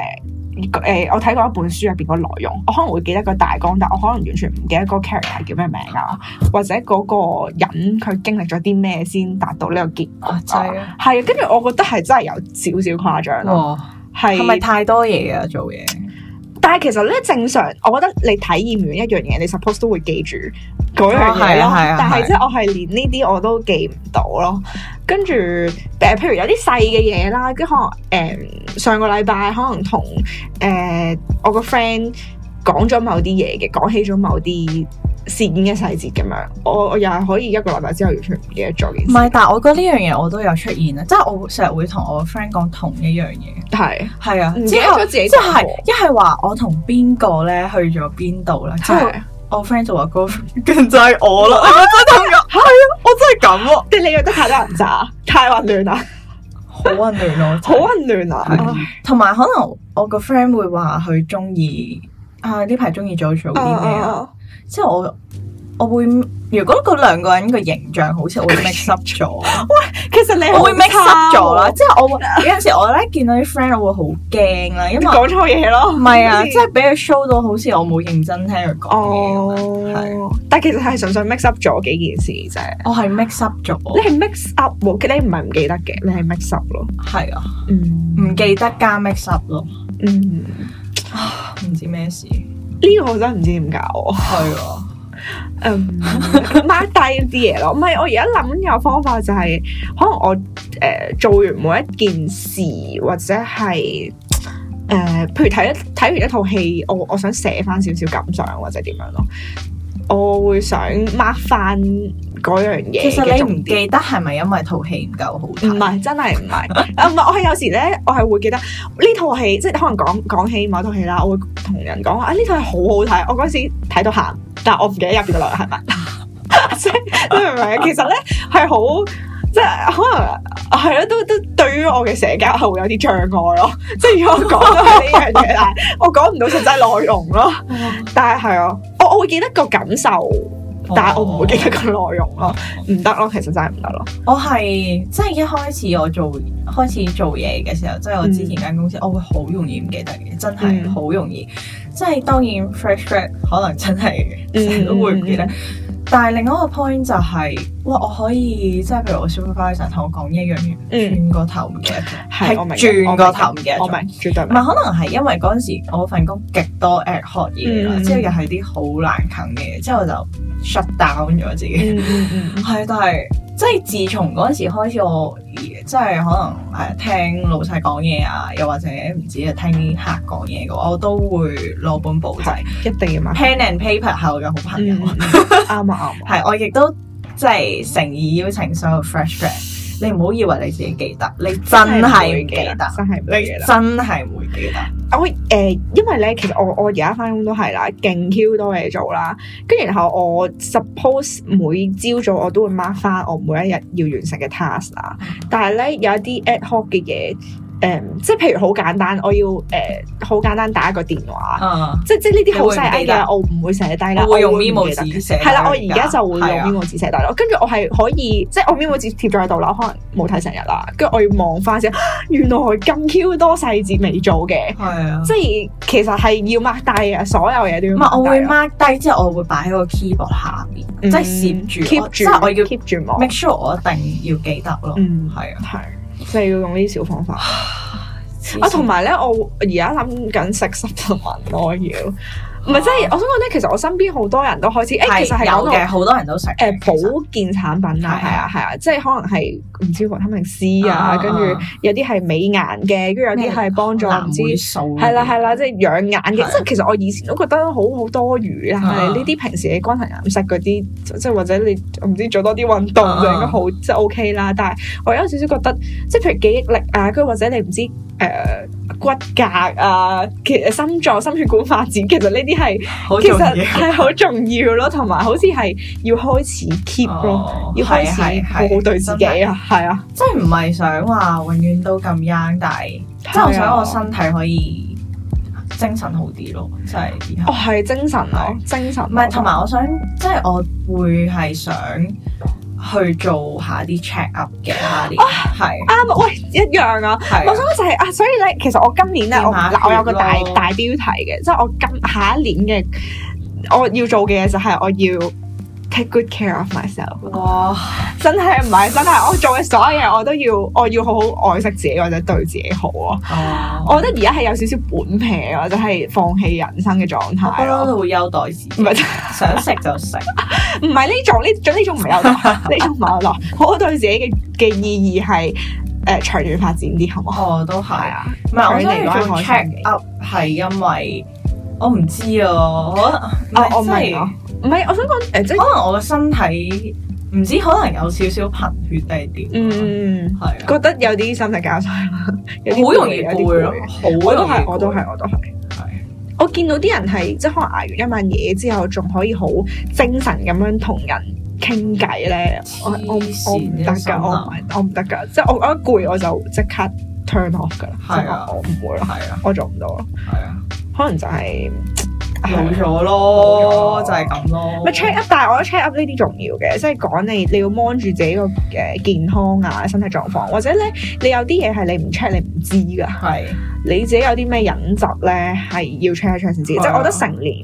Speaker 1: 誒，我睇過一本書入邊個內容，我可能會記得個大綱，但我可能完全唔記得個 character 叫咩名啊，或者嗰個人佢經歷咗啲咩先達到呢個結局
Speaker 2: 係啊，真係啊，
Speaker 1: 係啊，跟住我覺得係真係有少少誇張咯，
Speaker 2: 哇，係咪
Speaker 1: 係。
Speaker 2: 太多嘢啊？做嘢
Speaker 1: 但係其實咧，正常我覺得你體驗完一樣嘢，你 suppose 都會記住嗰樣
Speaker 2: 哦係
Speaker 1: 嘢咯
Speaker 2: 啊係啊。
Speaker 1: 但
Speaker 2: 係
Speaker 1: 係
Speaker 2: 啊
Speaker 1: 即係我係連呢啲我都記唔到咯。跟住誒，譬如有啲細嘅嘢啦，跟住可能誒、呃上個禮拜可能同誒、我個 friend 講咗某啲嘢嘅，講起咗某啲事件嘅細節咁樣，我我又係可以一個禮拜之後完全唔記得咗件
Speaker 2: 唔
Speaker 1: 事。
Speaker 2: 係，但係我覺得呢樣嘢我都有出現啊，即係我成日會同我 friend 講同一樣嘢。
Speaker 1: 係
Speaker 2: 係啊，
Speaker 1: 唔
Speaker 2: 之
Speaker 1: 記得
Speaker 2: 後
Speaker 1: 咗自己
Speaker 2: 即
Speaker 1: 講過
Speaker 2: 係一係話我同邊個咧去咗邊度啦，之後
Speaker 1: 係，
Speaker 2: 我 friend 就話嗰個人就係我啦，我真係咁 樣，係啊，我真係咁喎，
Speaker 1: 即係你覺得太多人渣，太混亂啦，
Speaker 2: 好混亂咯，
Speaker 1: 好混亂啦。
Speaker 2: 係
Speaker 1: 唉
Speaker 2: 同埋可能我個 friend 會話佢中意啊呢排中意咗做啲咩啊，之後我我會如果嗰兩個人個形象好似 我會 mix up 咗，
Speaker 1: 其實你
Speaker 2: 我會
Speaker 1: 好
Speaker 2: mix
Speaker 1: 差
Speaker 2: up 咗
Speaker 1: 喎
Speaker 2: 啦，之後我會有陣時我咧見到啲 friend 我會好驚啦，因為
Speaker 1: 講錯嘢咯，
Speaker 2: 唔係啊，
Speaker 1: 好似
Speaker 2: 即係俾佢 show 到好似我冇認真聽佢講嘢咁樣。
Speaker 1: 哦，但係其實係純粹 mix up 咗幾件事啫。
Speaker 2: 我係 mix up
Speaker 1: 你
Speaker 2: 咗，
Speaker 1: 係 mix up 喎，你唔係唔記得嘅，你係 mix up 咯。
Speaker 2: 係啊，
Speaker 1: 嗯
Speaker 2: 唔記得加 mix up 咯，
Speaker 1: 嗯，
Speaker 2: 唔知咩事，
Speaker 1: 呢個我真係唔知點搞喎。
Speaker 2: 係啊，
Speaker 1: 嗯，mark 低啲嘢咯。唔係，我而家諗有方法就係，可能我誒、呃做完每一件事或者係。誒、譬如睇一睇完一套戲，我我想寫翻少少感想或者點樣咯，我會想 mark 翻嗰樣嘢
Speaker 2: 其
Speaker 1: 嘅
Speaker 2: 實你
Speaker 1: 重
Speaker 2: 唔
Speaker 1: 點。
Speaker 2: 記得係咪因為套戲唔夠好
Speaker 1: 唔
Speaker 2: 睇？
Speaker 1: 係，真係唔係。 啊，唔係，我係有時咧，我係會記得呢套戲，即係可能講講起某套戲啦，我會同人講話啊，呢套戲好好睇，我嗰時睇到喊，但係我唔記得入邊嘅內容 係乜。即係你明唔明？其實咧係好，即係可能啊係咯，都都對於我嘅社交係會有啲障礙咯。 即係如果我講到係呢樣嘢，但係我講唔到實際內容咯。但係係啊，我我會記得個感受， 但係我唔會記得個內容咯。唔得咯，其實真係唔得咯。
Speaker 2: 我係即係一開始我做開始做嘢嘅時候，即係我之前間公司，我會好容易唔記得嘅，真係
Speaker 1: 嗯
Speaker 2: 好容易。即係當然 fresh grad 可能真係
Speaker 1: 嗯
Speaker 2: 成日 都會唔記得。但係另一個 point 就係、哇！我可以即係譬如我 supervisor 同我講一樣嘢，
Speaker 1: 嗯
Speaker 2: 轉個頭唔記得咗，
Speaker 1: 係我明嘅，
Speaker 2: 轉個頭唔記得
Speaker 1: 我
Speaker 2: 咗
Speaker 1: 明，。絕對
Speaker 2: 唔
Speaker 1: 明。
Speaker 2: 係，可能係因為嗰陣時我份工極多 ad hoc 嘢啦，
Speaker 1: 嗯
Speaker 2: 之後又係啲好難啃嘅嘢，之後我就 shut down 咗自己。
Speaker 1: 嗯嗯嗯
Speaker 2: 係，但係即係自從嗰陣時開始我，即係可能誒、聽老細講嘢啊，又或者唔止係聽客講嘢嘅話，我都會攞本簿仔
Speaker 1: 一定要買。
Speaker 2: pen and paper 係我嘅好朋友。
Speaker 1: 嗯啱啊啱啊。
Speaker 2: 係、我亦都即係誠意邀請所有 fresh grad，你唔好以為你自己記得，你真係唔記得，
Speaker 1: 真係唔
Speaker 2: 你
Speaker 1: 記得。
Speaker 2: 真係唔會記得。
Speaker 1: 我誒、因為咧，其實我我而家翻工都係啦，勁 Q 多嘢做啦，跟住然後我 suppose 每朝早我都會 mark 翻我每一日要完成嘅 task 啦，但係咧有一啲 ad hoc 嘅嘢，誒、即係譬如好簡單，我要誒好、簡單打一個電話，
Speaker 2: 嗯。
Speaker 1: 即即係呢啲好細
Speaker 2: 你會唔記
Speaker 1: 微
Speaker 2: 得
Speaker 1: 嘅，我唔會寫低啦，
Speaker 2: 我會用
Speaker 1: 唔記
Speaker 2: memo
Speaker 1: 得
Speaker 2: 紙寫低佢㗎。
Speaker 1: 係啦，我而家就會用
Speaker 2: 係啊
Speaker 1: memo 紙寫低咯。跟住我係可以，即係我 memo 紙貼咗喺度啦，可能冇睇成日啦。跟住我要望翻先，啊原來咁 Q 多細節未做嘅，
Speaker 2: 係啊。
Speaker 1: 即係其實係要 mark 低嘅，所有嘢都要
Speaker 2: 唔
Speaker 1: mark 低
Speaker 2: 係，
Speaker 1: 咯。
Speaker 2: 我會 mark 低之後，我會擺喺個 keyboard 下面，
Speaker 1: 嗯
Speaker 2: 即係攝住我
Speaker 1: keep
Speaker 2: 即
Speaker 1: 住，
Speaker 2: 係我要
Speaker 1: keep 住望
Speaker 2: make，sure 我一定要記得咯。
Speaker 1: 嗯
Speaker 2: 係啊，
Speaker 1: 係。即係要用呢啲小方法。啊，同埋咧，我而家諗緊食 supplement 咯，要唔係即係我想講咧，其實我身邊好多人都開始，誒，其實係講
Speaker 2: 啊有
Speaker 1: 到
Speaker 2: 嘅，好多人都食
Speaker 1: 誒
Speaker 2: 嘅。其實
Speaker 1: 保健產品啊，
Speaker 2: 係
Speaker 1: 係啊係啊，即係可能係唔知維他命 C
Speaker 2: 啊
Speaker 1: 啊，跟住有啲係美顏嘅，跟住有啲係幫助唔
Speaker 2: 藍莓
Speaker 1: 知。
Speaker 2: 素
Speaker 1: 係啦係啦，即係養眼嘅，
Speaker 2: 係
Speaker 1: 即係其實我以前都覺得好好多餘啦。
Speaker 2: 啊
Speaker 1: 呢啲平時你均衡飲食嗰啲，即係或者你唔知做多啲運動
Speaker 2: 啊
Speaker 1: 就應該好，即係 OK 啦。但係我有少少覺得，即係譬如記憶力啊，跟住或者你唔知誒骨骼啊，其實心臟、心血管發展，其實呢啲係
Speaker 2: 好
Speaker 1: 其
Speaker 2: 重
Speaker 1: 實
Speaker 2: 要。
Speaker 1: 係好重要咯，同埋好似係要開始 keep 咯，
Speaker 2: 哦
Speaker 1: 要開始好好對自己，
Speaker 2: 係係係
Speaker 1: 啊，係啊，
Speaker 2: 真係即係唔係想話永遠都咁 young，但係即係我
Speaker 1: 啊
Speaker 2: 想我身體可以精神好啲咯，即係以後
Speaker 1: 哦係精神咯，精神啊
Speaker 2: 唔係，同埋我想即係我會係想去做下啲 check up 嘅下年，係
Speaker 1: 啱啊，喂一樣啊。
Speaker 2: 係
Speaker 1: 我想講就係啊，所以咧，其實我今年咧，我
Speaker 2: 驗下血
Speaker 1: 嗱我有個大
Speaker 2: 咯
Speaker 1: 大標題嘅，即係我今下一年嘅我要做嘅嘢就係我要 take good care of myself，
Speaker 2: 哇，
Speaker 1: 真係唔係真係我做嘅所有嘢我都要我要好好愛惜自己或者對自己好啊。
Speaker 2: 我
Speaker 1: 我覺得而家係有少少本撇咯，就係放棄人生嘅狀
Speaker 2: 不
Speaker 1: 態
Speaker 2: 嬲
Speaker 1: 咯，
Speaker 2: 都會優待自己，
Speaker 1: 啊唔係。
Speaker 2: 想食就食，
Speaker 1: 唔係呢種呢種呢種唔係有落， 呢種唔係有落。我對自己嘅嘅意義係誒、呃、長遠發展啲，好唔好？
Speaker 2: 哦我都
Speaker 1: 係
Speaker 2: 係。
Speaker 1: 啊，
Speaker 2: 唔係，我想去
Speaker 1: 佢嚟講
Speaker 2: 做
Speaker 1: 係開心
Speaker 2: check
Speaker 1: 嘅
Speaker 2: up 係因為我唔知啊，我
Speaker 1: 啊我
Speaker 2: 唔係即
Speaker 1: 明
Speaker 2: 係
Speaker 1: 啊，唔係我想講誒、呃即係
Speaker 2: 可能我嘅身體唔知，可能有少少貧血定係點，啊
Speaker 1: 嗯，
Speaker 2: 係啊，
Speaker 1: 覺得有啲心力交瘁啦，有啲啊
Speaker 2: 好容易
Speaker 1: 有啲
Speaker 2: 攰咯，好容易
Speaker 1: 我都係，
Speaker 2: 攰
Speaker 1: 我都係，我都係。
Speaker 2: 係
Speaker 1: 我見到啲人係即係可能捱完一晚嘢之後，仲可以好精神咁樣同人傾偈咧。我我
Speaker 2: 黐線
Speaker 1: 我唔得
Speaker 2: 真心
Speaker 1: 㗎，我唔
Speaker 2: 啊
Speaker 1: 係我唔得㗎，即係我我一攰我就即刻 turn off 㗎啦。
Speaker 2: 係
Speaker 1: 係
Speaker 2: 啊
Speaker 1: 啊，我唔會咯，
Speaker 2: 係啊，
Speaker 1: 我做唔到咯。
Speaker 2: 係啊。
Speaker 1: 可能就係
Speaker 2: 老
Speaker 1: 係
Speaker 2: 咗咯，
Speaker 1: 冇
Speaker 2: 就
Speaker 1: 咗
Speaker 2: 係咁咯。
Speaker 1: 咪 check up，但係我覺得 check up 呢啲重要嘅，即係講你你要 mon 住自己個誒健康啊、身體狀況，或者咧你有啲嘢係你唔 check 你唔知㗎，
Speaker 2: 係
Speaker 1: 你自己有啲咩隱疾咧係要 check 一 check 先知。即
Speaker 2: 係
Speaker 1: 係
Speaker 2: 啊
Speaker 1: 我覺得成年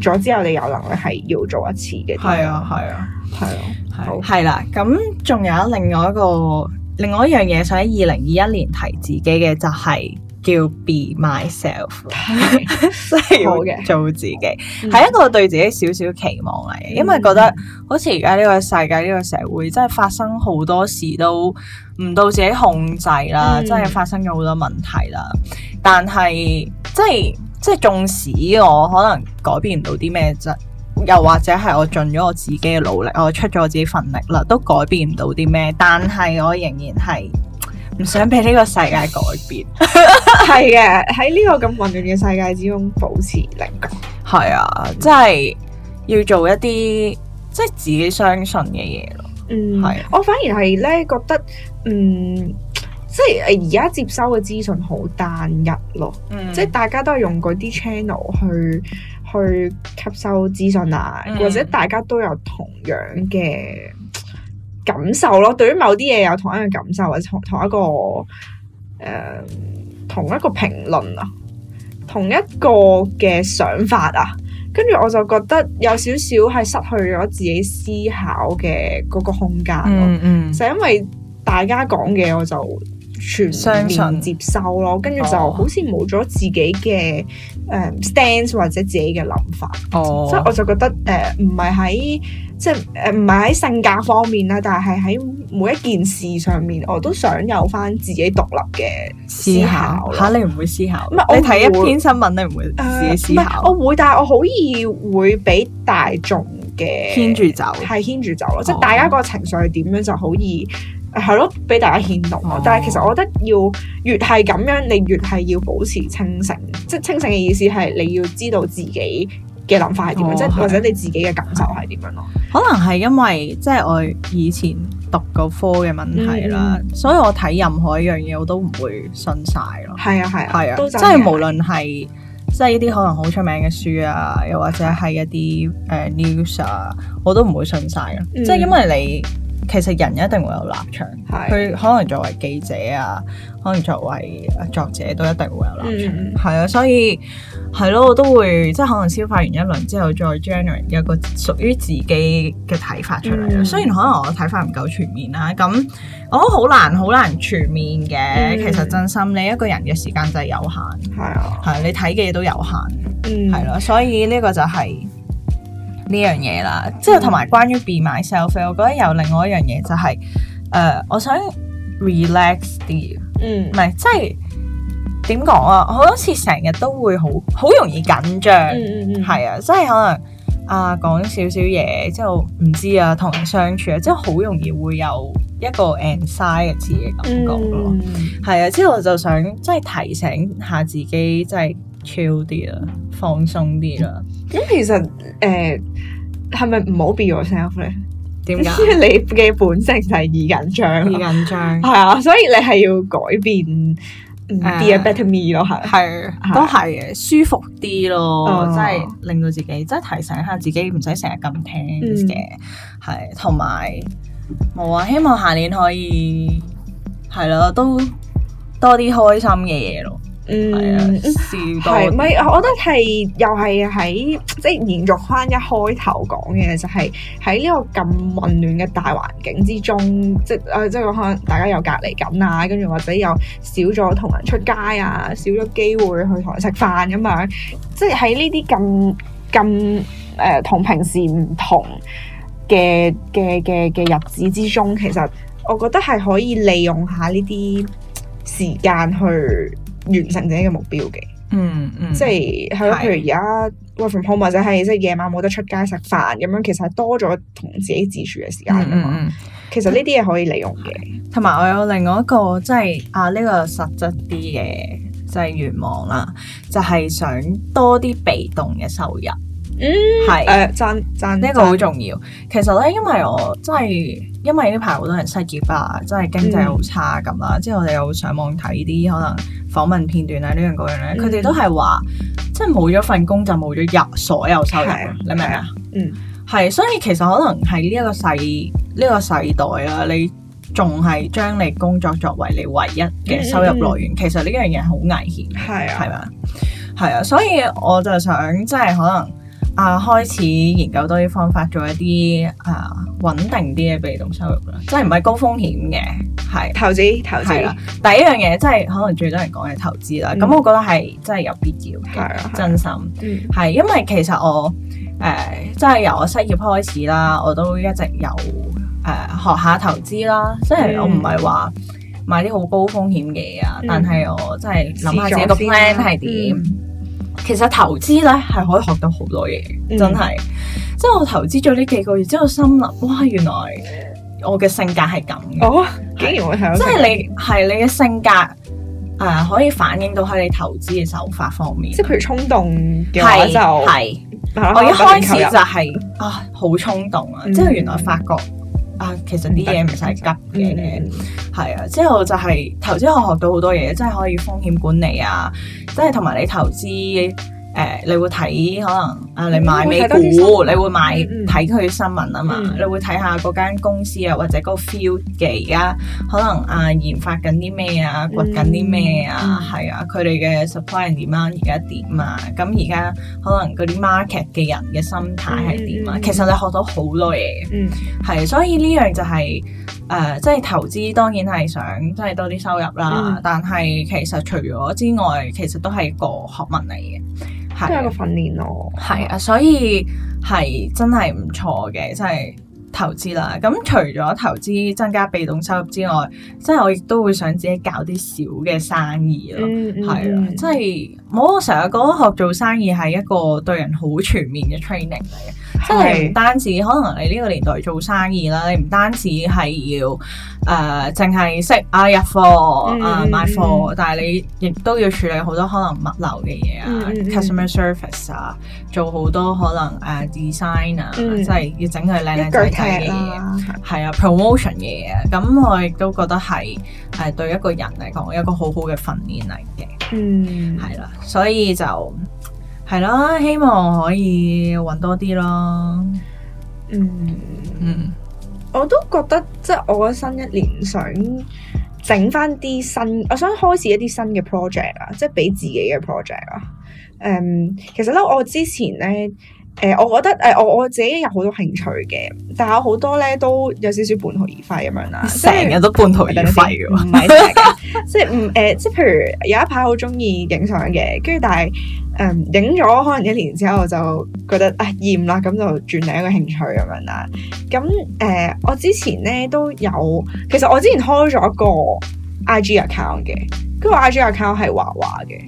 Speaker 1: 咗之後，你有能力係要做一次嘅。
Speaker 2: 係啊，係啊，
Speaker 1: 係啊，好
Speaker 2: 係啦。咁仲有另外一個，另外一樣嘢想喺二零二一年提自己嘅就係叫 be myself，即
Speaker 1: 啊
Speaker 2: 係
Speaker 1: 好嘅
Speaker 2: 要做自己，
Speaker 1: 嗯
Speaker 2: 係一個對自己少少期望嚟嘅，因為覺得好似而家呢個世界呢個社會，真係發生好多事都唔到自己控制啦，
Speaker 1: 嗯
Speaker 2: 真係發生咗好多問題啦。但係即係即係，縱使我可能改變唔到啲咩啫，又或者係我盡咗我自己嘅努力，我出咗我自己份力啦，都改變唔到啲咩。但係我仍然係唔想俾呢個世界改變。啊
Speaker 1: 係嘅，喺呢個咁混亂嘅世界之中保持靈感。
Speaker 2: 係啊，即係要做一啲即係自己相信嘅嘢咯。
Speaker 1: 嗯，
Speaker 2: 係
Speaker 1: 我反而係咧覺得，嗯，即係而家接收嘅資訊好單一咯，
Speaker 2: 嗯
Speaker 1: 即係大家都係用嗰啲 channel 去去吸收資訊啊，
Speaker 2: 嗯
Speaker 1: 或者大家都有同樣嘅感受咯。對於某啲嘢有同一嘅感受，或者同同一個誒、呃同一個評論啊，同一個嘅想法啊。跟住我就覺得有少少係失去咗自己思考嘅嗰個空間咯。
Speaker 2: 嗯嗯
Speaker 1: 就因為大家講嘅我就全
Speaker 2: 相
Speaker 1: 面
Speaker 2: 信
Speaker 1: 接收咯，跟住就
Speaker 2: 哦
Speaker 1: 好似冇咗自己嘅誒、呃 stance 或者自己嘅諗法，
Speaker 2: 哦
Speaker 1: 所以我就覺得誒唔係喺即係誒唔係喺性格方面啦，但係喺每一件事上面，我都想有翻自己獨立嘅
Speaker 2: 思考
Speaker 1: 咯
Speaker 2: 吓，你唔會思考，
Speaker 1: 唔係我
Speaker 2: 你睇一
Speaker 1: 會
Speaker 2: 篇新聞，你唔會自己
Speaker 1: 呃誒，唔
Speaker 2: 思
Speaker 1: 係、
Speaker 2: 考，
Speaker 1: 我會，但係我好易會俾大眾嘅
Speaker 2: 牽住走。
Speaker 1: 係牽住走咯，即
Speaker 2: 哦
Speaker 1: 係大家個情緒係點樣就好易係咯，俾大家牽動咯。
Speaker 2: 哦
Speaker 1: 但係其實我覺得要越係咁樣，你越係要保持清醒，即係清醒嘅意思係你要知道自己嘅諗法係點樣，
Speaker 2: 哦
Speaker 1: 即係
Speaker 2: 係
Speaker 1: 或者你自己嘅感受係點樣咯。
Speaker 2: 可能係因為即係我以前讀個科嘅問題啦，
Speaker 1: 嗯
Speaker 2: 所以我睇任何一樣嘢我都唔會信晒咯。
Speaker 1: 係啊係啊，
Speaker 2: 係啊，
Speaker 1: 都
Speaker 2: 即
Speaker 1: 真
Speaker 2: 係
Speaker 1: 嘅
Speaker 2: 無論係即係一啲可能好出名嘅書啊，又或者係一啲誒、呃 news 啊，我都唔會信晒咯。
Speaker 1: 嗯
Speaker 2: 即係因為你其實人一定會有立場，
Speaker 1: 係
Speaker 2: 佢可能作為記者啊，可能作為啊作者都一定會有立場。
Speaker 1: 嗯
Speaker 2: 係啊，所以係咯，我都會即係可能消化完一輪之後，再 generate 一個屬於自己嘅睇法出嚟啦。
Speaker 1: 嗯
Speaker 2: 雖然可能我睇法唔夠全面啦，咁我都好難好難全面嘅。
Speaker 1: 嗯
Speaker 2: 其實真心你一個人嘅時間就係有限，
Speaker 1: 係啊，
Speaker 2: 係你睇嘅嘢都有限，
Speaker 1: 嗯
Speaker 2: 係咯、所以呢個就係、呢樣嘢啦，之後同
Speaker 1: 嗯
Speaker 2: 埋關於 be myself，我覺得有另外一樣嘢就係、呃我想 relax 啲，
Speaker 1: 嗯
Speaker 2: 唔係，即係點講啊？我好似成日都會好好容易緊張，
Speaker 1: 嗯嗯嗯
Speaker 2: 係、啊，即係可能啊講少少嘢之後唔知啊，同人相處啊，即係好容易會有一個 anxiety 嘅感覺咯。
Speaker 1: 嗯
Speaker 2: 係啊、之後我就想即係提醒下自己，即係 chill 啲啦，放鬆啲啊啦。
Speaker 1: 咁其實誒係咪唔好 be yourself 咧？
Speaker 2: 點解？
Speaker 1: 因為 你嘅本性就係易緊張
Speaker 2: 易。緊張
Speaker 1: 系。啊，所以你係要改變，嗯
Speaker 2: 誒
Speaker 1: ，be a better me 咯，係。
Speaker 2: 係，
Speaker 1: 係
Speaker 2: 都係嘅，舒服啲咯，
Speaker 1: 哦
Speaker 2: 即係令到自己，即係提醒下自己，唔使成日咁聽
Speaker 1: 嗯
Speaker 2: 嘅，係同埋冇啊，希望下年可以係咯，都多啲開心嘅嘢咯，係啊
Speaker 1: 嗯，，
Speaker 2: 笑多
Speaker 1: 係
Speaker 2: 啲，
Speaker 1: 咪？我覺得係又係喺即係延續翻一開頭講嘅，就係喺呢個咁混亂嘅大環境之中，即係誒，即係可能大家有隔離感啊，跟住或者又少咗同人出街啊，少咗機會去同人食飯咁樣，即係喺呢啲咁咁誒同平時唔同嘅嘅嘅嘅日子之中，其實我覺得係可以利用下呢啲時間去完成自己嘅目標嘅。
Speaker 2: 嗯嗯，
Speaker 1: 即係係咯，
Speaker 2: 係
Speaker 1: 譬如而家 work from home 啊或者係即係夜晚冇得出街食飯咁樣，其實係多咗同自己自處嘅時間
Speaker 2: 嗯
Speaker 1: 啊
Speaker 2: 嗯
Speaker 1: 嘛。
Speaker 2: 嗯。
Speaker 1: 其實呢啲嘢可以利用嘅。
Speaker 2: 同埋我有另外一個即係啊呢、個實質啲嘅即係願望啦，就係、想多啲被動嘅收入，
Speaker 1: 嗯，
Speaker 2: 係。
Speaker 1: 誒，讚讚
Speaker 2: 呢個好重要。其實咧，因為我真係因為呢排好多人失業啊，真係經濟好差咁啦。之後我哋又上網睇啲可能訪問片段啊，呢樣嗰樣咧，佢哋都係話，即係冇咗份工就冇咗入所有收入
Speaker 1: 係
Speaker 2: 啊，你明唔明啊？
Speaker 1: 嗯，
Speaker 2: 係，所以其實可能喺呢一個世呢、個世代啦，你仲係將你工作作為你唯一嘅收入來源，其實呢樣嘢係好危險嘅。
Speaker 1: 嗯係啊，
Speaker 2: 係咪？係啊，所以我就想即係可能啊，開始研究多啲方法，做一啲啊穩定啲嘅被動收入啦，即係唔係高風險嘅，係
Speaker 1: 投資投
Speaker 2: 係啦
Speaker 1: 資。
Speaker 2: 第一樣嘢即係可能最多人講嘅投資啦，咁、
Speaker 1: 嗯
Speaker 2: 我覺得係真係有必要
Speaker 1: 係
Speaker 2: 嘅，
Speaker 1: 啊，係啊
Speaker 2: 真心。
Speaker 1: 嗯
Speaker 2: 係，因為其實我誒、即係由我失業開始啦，我都一直有誒、學下投資啦。即係
Speaker 1: 嗯
Speaker 2: 我唔係話買啲好高風險嘅嘢啊，
Speaker 1: 嗯
Speaker 2: 但係我真係諗下自己個
Speaker 1: 試咗先啦
Speaker 2: plan 係點。
Speaker 1: 啊
Speaker 2: 其實投資咧係可以學到好多嘢，
Speaker 1: 嗯
Speaker 2: 真係。即係我投資咗呢幾個月之後，心諗哇，原來我嘅性格係咁嘅。
Speaker 1: 哦，竟然會係
Speaker 2: 即
Speaker 1: 即
Speaker 2: 係
Speaker 1: 係
Speaker 2: 你係你嘅性格誒、可以反映到喺你投資嘅手法方面。
Speaker 1: 即係譬如衝動嘅話就
Speaker 2: 係係
Speaker 1: 係咯
Speaker 2: 哦我一
Speaker 1: 可能
Speaker 2: 開
Speaker 1: 不斷
Speaker 2: 始
Speaker 1: 投入
Speaker 2: 就係、啊好衝動啊，
Speaker 1: 嗯
Speaker 2: 之後原來發覺啊，其實啲嘢唔使急嘅，
Speaker 1: 嗯
Speaker 2: 係啊。之後就係投資，我學到好多嘢，即係可以風險管理啊，即係同埋你投資。誒、你會睇可能啊，你買美
Speaker 1: 嗯會
Speaker 2: 股，
Speaker 1: 睇多啲新聞
Speaker 2: 你會買
Speaker 1: 嗯嗯
Speaker 2: 睇佢新聞啊嘛，
Speaker 1: 嗯
Speaker 2: 你會睇下嗰間公司啊，或者嗰個 field 嘅而家可能啊研發緊啲咩啊，掘緊啲咩啊，
Speaker 1: 嗯
Speaker 2: 係、啊，佢哋嘅 supply and demand 而家點啊，咁而家可能嗰啲 market 嘅人嘅心態係點啊，
Speaker 1: 嗯嗯嗯
Speaker 2: 其實你學到好多嘢嘅。
Speaker 1: 嗯
Speaker 2: 係，所以呢樣就係、誒、即係投資當然係想即係多啲收入啦，
Speaker 1: 嗯
Speaker 2: 但係其實除咗之外，其實都係個學問嚟嘅，
Speaker 1: 都係一個
Speaker 2: 係
Speaker 1: 訓練咯。
Speaker 2: 係啊，所以係真係唔錯嘅，即係投資啦。咁除咗投資增加被動收入之外，即係我亦都會想自己搞啲小嘅生意咯。
Speaker 1: 嗯，嗯
Speaker 2: 係啊，
Speaker 1: 嗯
Speaker 2: 即係我成日覺得學做生意係一個對人好全面嘅 training 嚟嘅。即係唔單止可能你呢個年代做生意啦，你唔單止係要誒淨係識啊入貨
Speaker 1: 嗯
Speaker 2: 啊
Speaker 1: 嗯
Speaker 2: 買貨，但係你亦都要處理好多可能物流嘅嘢啊
Speaker 1: 嗯嗯嗯
Speaker 2: ，customer service 啊，做好多可能誒 design 啊，
Speaker 1: 嗯
Speaker 2: 即係要整佢靚靚
Speaker 1: 一
Speaker 2: 仔
Speaker 1: 腳
Speaker 2: 仔
Speaker 1: 踢
Speaker 2: 嘅嘢。
Speaker 1: 啦，
Speaker 2: 係啊，promotion 嘅嘢，啊咁我亦都覺得係誒對一個人嚟講一個好好嘅訓練嚟嘅。
Speaker 1: 嗯，
Speaker 2: 係啦，所以就係啦，希望可以揾多啲咯。
Speaker 1: 嗯，
Speaker 2: 嗯，
Speaker 1: 我都覺得即係我新一年想整翻啲新，我想開始一啲新嘅 project 啊，即係俾自己嘅 project 啊。誒、其實咧，我之前咧。誒、我覺得誒、我我自己有好多興趣嘅，但係我好多咧都有少少半途而廢咁樣啦，即係
Speaker 2: 成日都半途而
Speaker 1: 等陣
Speaker 2: 廢
Speaker 1: 先
Speaker 2: 嘅喎。
Speaker 1: 唔係成日嘅，即係唔誒，即係譬如有一排好中意影相嘅，跟住但係誒影咗可能一年之後就覺得啊厭啦，咁就轉另一個興趣咁樣啦。咁誒、呃我之前咧都有，其實我之前開咗個 IG account 嘅，跟住我 IG account 係畫畫嘅。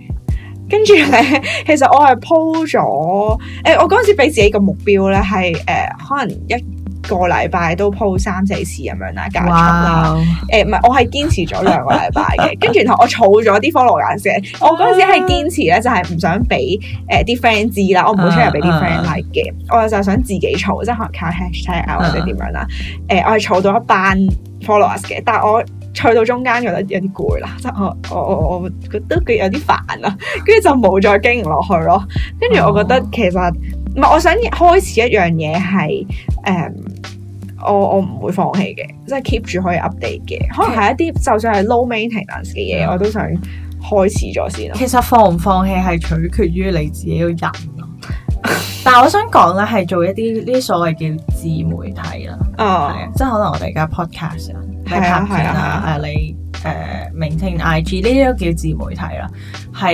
Speaker 1: 跟住咧， 其實我係 po 咗，誒、我嗰陣時俾自己個目標咧係誒，可能一個禮拜都 po 三四次咁樣啦，隔日啦。
Speaker 2: 哇！
Speaker 1: 誒唔係，我係堅持咗兩個禮拜嘅，跟住然後我儲咗啲 follow 眼嘅。我嗰陣時係堅持咧，就係唔想俾誒啲 friend 知啦，我唔會 share 俾啲
Speaker 2: 啊啊
Speaker 1: friend like 嘅，我就想自己儲，即係可能靠 hashtag 啊或者點樣啦。誒、我係儲到一班 followers 嘅，但係我去到中間覺得有啲攰啦，即係我我我我覺得佢有啲煩啦，跟住就冇再經營落去咯。跟住我覺得
Speaker 2: 哦
Speaker 1: 其實唔係，我想開始一樣嘢係誒。我我唔會放棄嘅，即係 keep 住可以 update 嘅。可能係一啲就算係 low maintenance 嘅嘢，我都想開始咗先咯。
Speaker 2: 其實放唔放棄係取決於你自己個人 咯。但係我想講咧，係做一啲呢啲所謂叫自媒體啦，係
Speaker 1: 啊
Speaker 2: 啊，即係可能我哋而家 podcast 啊，你
Speaker 1: 係啊
Speaker 2: 拍
Speaker 1: 係
Speaker 2: 片
Speaker 1: 啊
Speaker 2: 啊，誒你誒 maintain IG 呢啲都叫自媒體啦，係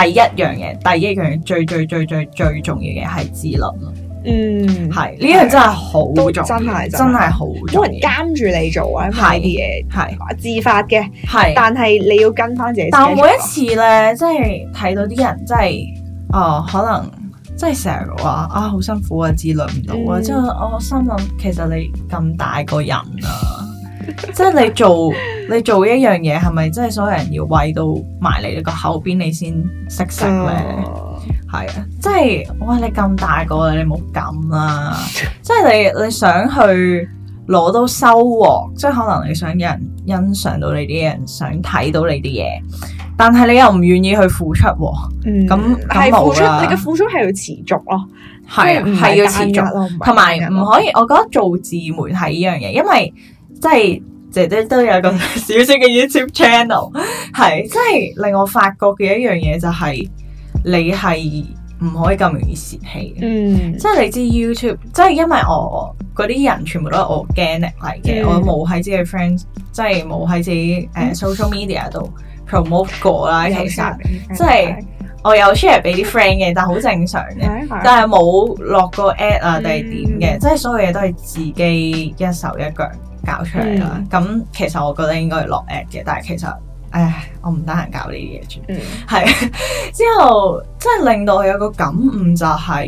Speaker 2: 第一樣嘢，第一樣嘢最最最最最重要嘅係自律咯，
Speaker 1: 嗯，
Speaker 2: 係呢樣真係好重
Speaker 1: 都
Speaker 2: 要，
Speaker 1: 真係
Speaker 2: 真係好
Speaker 1: 冇
Speaker 2: 重
Speaker 1: 人
Speaker 2: 要，
Speaker 1: 監住你做啊，因
Speaker 2: 係
Speaker 1: 為
Speaker 2: 係
Speaker 1: 啲嘢自發嘅，
Speaker 2: 係。
Speaker 1: 但係你要跟翻自己 schedule
Speaker 2: 但
Speaker 1: 咯。
Speaker 2: 我每一次咧，即係睇到啲人真係，哦、可能即係成日話啊，好辛苦啊，自律唔到啊，
Speaker 1: 嗯
Speaker 2: 之後我心諗，其實你咁大個人啊， 即係你做你做一樣嘢，係咪真係所有人要喂到埋你個口邊，你先識食咧？
Speaker 1: 哦
Speaker 2: 係啊，即係哇！你咁大個啦，你冇咁啦， 即係你你想去攞到收穫，即係可能你想有人欣賞到你啲嘢，想睇到你啲嘢，但係你又唔願意去付出喎，
Speaker 1: 嗯
Speaker 2: 咁
Speaker 1: 係
Speaker 2: 咁
Speaker 1: 付出，
Speaker 2: 冇啦
Speaker 1: 你嘅付出係要持續咯，
Speaker 2: 係啊
Speaker 1: 即
Speaker 2: 係要持
Speaker 1: 唔係單一
Speaker 2: 續，
Speaker 1: 咯，唔係啊
Speaker 2: 同埋
Speaker 1: 單一
Speaker 2: 唔
Speaker 1: 咯
Speaker 2: 可以，我覺得做自媒體呢樣嘢，因為即係。姐姐都有個 少少嘅 YouTube channel，係即係令我發覺嘅一樣嘢就係、你係唔可以咁容易泄氣嘅。
Speaker 1: 嗯
Speaker 2: 即係你知 YouTube，即係因為我嗰啲人全部都係 organic 嚟嘅，
Speaker 1: 嗯
Speaker 2: 我冇喺自己 friend，即係冇喺自己誒、呃 social media 度 promote 過啦。其
Speaker 1: 有
Speaker 2: 實
Speaker 1: 時
Speaker 2: 即係我有 share 俾啲 friend 嘅，但係好正常嘅，
Speaker 1: 係係
Speaker 2: 但係冇落過 ad 啊定係點嘅，
Speaker 1: 嗯
Speaker 2: 即係所有嘢都係自己一手一腳搞出嚟啦。
Speaker 1: 嗯
Speaker 2: 咁、其實我覺得應該係落 ad 嘅，但係其實唉，我唔得閒搞呢啲嘢住。
Speaker 1: 嗯
Speaker 2: 係 之後，即係令到我有個感悟就係、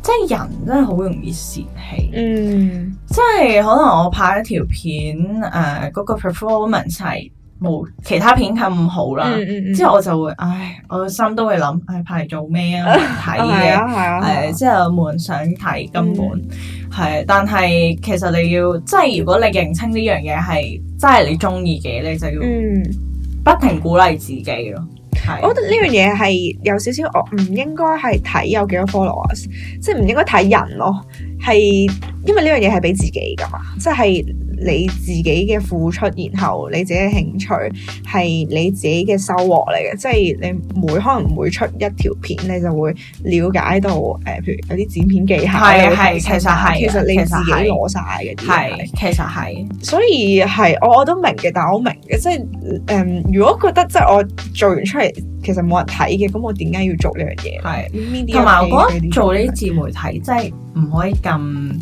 Speaker 2: 即係人真係好容易泄氣，
Speaker 1: 嗯
Speaker 2: 即係可能我拍一條片，誒、嗰、個 performance 係冇其他片咁好啦，
Speaker 1: 嗯
Speaker 2: 之後我就會，唉，我個心都會諗， 唉，拍嚟做咩啊？冇人睇
Speaker 1: 哦係
Speaker 2: 嘅，
Speaker 1: 啊係啊，嗯
Speaker 2: 係之後冇人想睇根本，係，但係其實你要即係如果你認清呢樣嘢係真係你中意嘅，你就要
Speaker 1: 嗯。
Speaker 2: 不停鼓勵自己咯。係，
Speaker 1: 我覺得呢樣嘢係有少少我唔應該係睇有幾多 followers，即係唔應該睇人咯，係因為呢樣嘢係俾自己噶嘛，即係你自己嘅付出，然後你自己嘅興趣係你自己嘅收穫嚟嘅，即係你每可能每出一條片，你就會了解到誒、呃譬如有啲剪片技巧，
Speaker 2: 係
Speaker 1: 你會提
Speaker 2: 係
Speaker 1: 升啊
Speaker 2: 其
Speaker 1: 其
Speaker 2: 實係
Speaker 1: 實你
Speaker 2: 其
Speaker 1: 自
Speaker 2: 實
Speaker 1: 己
Speaker 2: 係
Speaker 1: 攞晒嘅啲嘢係
Speaker 2: 係，其實係
Speaker 1: 所以係我我都明嘅，但係我明嘅，即係誒、嗯如果覺得即係我做完出嚟其實冇人睇嘅，咁我點解要做呢樣嘢？
Speaker 2: 係。
Speaker 1: 呢啲
Speaker 2: 嗯同埋我覺
Speaker 1: 有
Speaker 2: 得
Speaker 1: 幾
Speaker 2: 做呢啲自媒體真係唔可以咁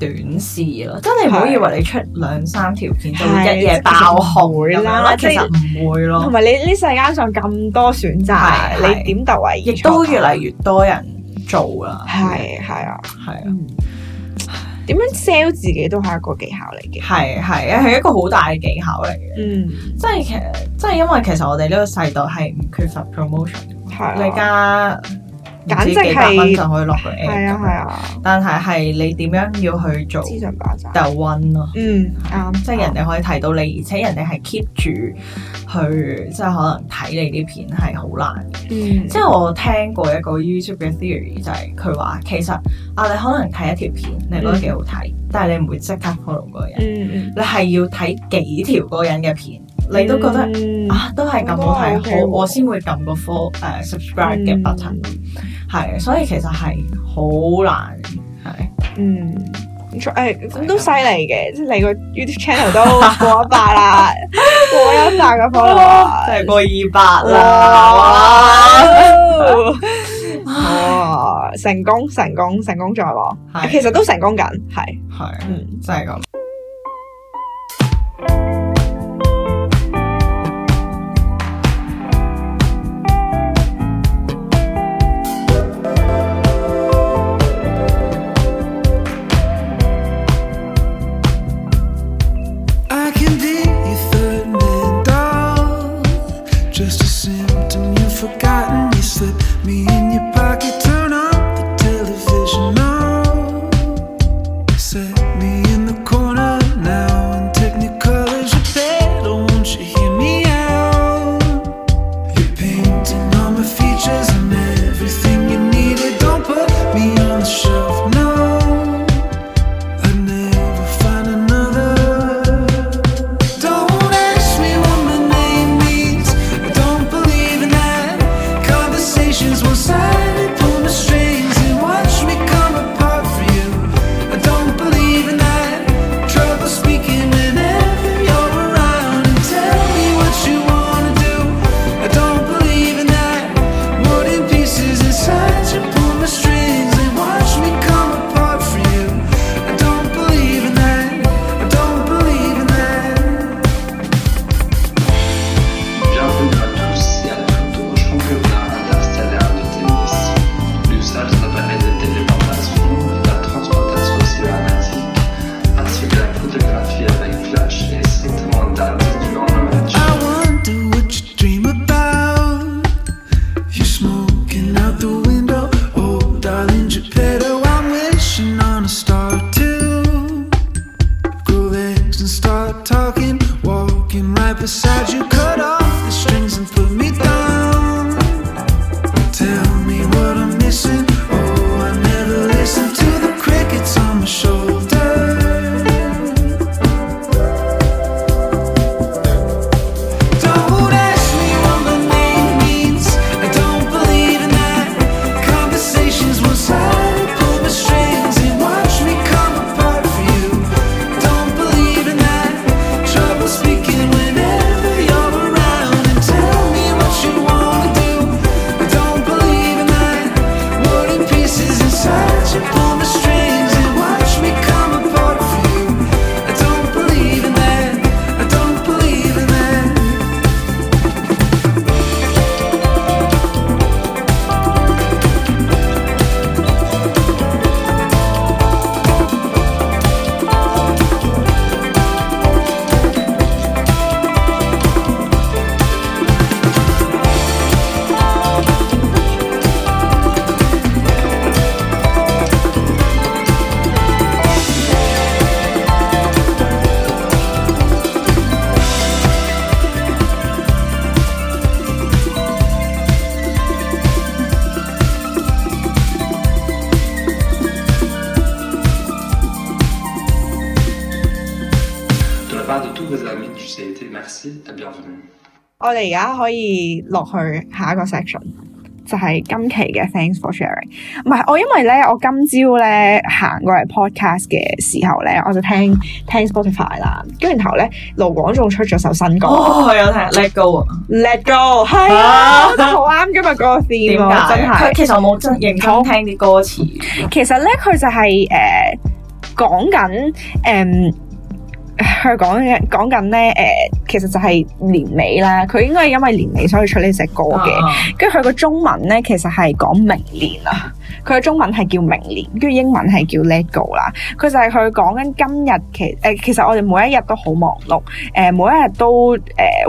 Speaker 2: 短視咯，即係你唔好
Speaker 1: 係
Speaker 2: 以為你出兩三條片就
Speaker 1: 係
Speaker 2: 會一夜
Speaker 1: 即係其實
Speaker 2: 爆紅咁樣啦，
Speaker 1: 即
Speaker 2: 其
Speaker 1: 係
Speaker 2: 實唔會
Speaker 1: 同
Speaker 2: 咯，
Speaker 1: 埋你呢世界上咁多選擇，
Speaker 2: 係係
Speaker 1: 你點突圍而出啊
Speaker 2: 亦都越嚟越多人做啦，
Speaker 1: 係係啊，
Speaker 2: 係啊。
Speaker 1: 嗯點樣 sell 自己都係一個技巧嚟嘅，
Speaker 2: 係係係一個好大嘅技巧嚟嘅，
Speaker 1: 嗯，
Speaker 2: 即係其實即係因為其實我哋呢個世代係唔缺乏 promotion，
Speaker 1: 係啊
Speaker 2: 你加
Speaker 1: 簡直係
Speaker 2: 唔知幾百蚊就可以落個 a
Speaker 1: 係啊係
Speaker 2: d
Speaker 1: 啊，
Speaker 2: 但係係你點樣要去做
Speaker 1: 資訊爆炸，
Speaker 2: 就 one 咯，
Speaker 1: 嗯啱，
Speaker 2: 即係人哋可以睇到你，而且人哋係 keep 住去即係可能睇你啲片係好難嘅。
Speaker 1: 嗯
Speaker 2: 即係我聽過一個 YouTube 嘅 theory 就係佢話其實啊你可能睇一條片你覺得幾好睇，但係你唔會即刻 follow 嗰個人。
Speaker 1: 嗯嗯，
Speaker 2: 你係要睇幾條嗰個人嘅片，你都覺得、
Speaker 1: 嗯
Speaker 2: 啊，都係咁好
Speaker 1: 都係 OK
Speaker 2: 睇，
Speaker 1: 喎
Speaker 2: 好我先會撳個 follow 誒 subscribe
Speaker 1: 嗯
Speaker 2: 嘅 button，係、所以其實係好難，係
Speaker 1: 嗯，唔錯，誒咁都犀利嘅，即係你個 YouTube channel 都過一百啦，過一百嘅 follow，
Speaker 2: 係過二百啦，
Speaker 1: 哇！哇！成功成功成功在望，
Speaker 2: 係
Speaker 1: 其實都成功緊，係
Speaker 2: 係啊
Speaker 1: 嗯
Speaker 2: 真係咁。
Speaker 3: I can be your third man doll. Just a symptom you've forgotten. You slip me in your pocket, turn up the television now. Set me in the corner now in technicolors. You better, won't you hear me out? You're painting all my features and everything you needed. Don't put me on the shelf now. I never find another. Don't ask me what my name means. I don't believe in that. Conversations will silently pull my strings and watch me come apart for you. I don't believe in that. Trouble speaking whenever you're around and tell me what you wanna do. I don't believe in that. Wooden pieces inside you pull my strings and watch me come apart for you. I don't believe in that. I don't believe in that.
Speaker 4: Bienvenue à tous et à toutes au championnat interstellaire de tennis. Le salle s'apparaît de téléportation, de la transportation cybernétique, ainsi que la photographie avec flash et strictement date durant le match.
Speaker 3: I wonder what you dream about. You're smoking out the window. Oh, darling, Geppetto, I'm wishing on a star too. Grow legs and start talking. Walking right beside you. Cut off the strings and put me down. Tell me what I'm missing. Oh, I never listen to the crickets on my shoulder. Don't ask me what my name means. I don't believe in that. Conversations will silently pull my strings and watch me come apart for you. Don't believe in that. Trouble speaking whenever you're around and tell me what you
Speaker 4: part de tous vos amis du CIT, merci et bienvenue.
Speaker 1: 我哋而家可以落去下一個 section，就係今期嘅 Thanks for sharing。唔係，我因為咧，我今朝咧行過嚟 podcast 嘅時候咧，我就聽聽 Spotify 啦，跟住然後咧，盧廣仲出咗首新歌《
Speaker 2: 哦，我有睇 Let Go 啊，
Speaker 1: Let Go》，係啊，
Speaker 2: 啊
Speaker 1: 真係好啱今日嗰個 theme
Speaker 2: 點
Speaker 1: 喎
Speaker 2: 解？
Speaker 1: 真
Speaker 2: 佢
Speaker 1: 係。
Speaker 2: 其實我冇真認真聽啲歌詞，
Speaker 1: 其實咧，佢就係誒講緊誒。佢講嘅講緊咧，誒、其實就係年尾啦。佢應該係因為年尾所以出呢只歌嘅。
Speaker 2: 啊
Speaker 1: 跟住佢個中文咧，其實係講明年啊。佢嘅中文係叫明年，跟住英文係叫 let go 啦。佢就係佢講緊今日其誒、其實我哋每一日都好忙碌，誒、呃每一日都誒、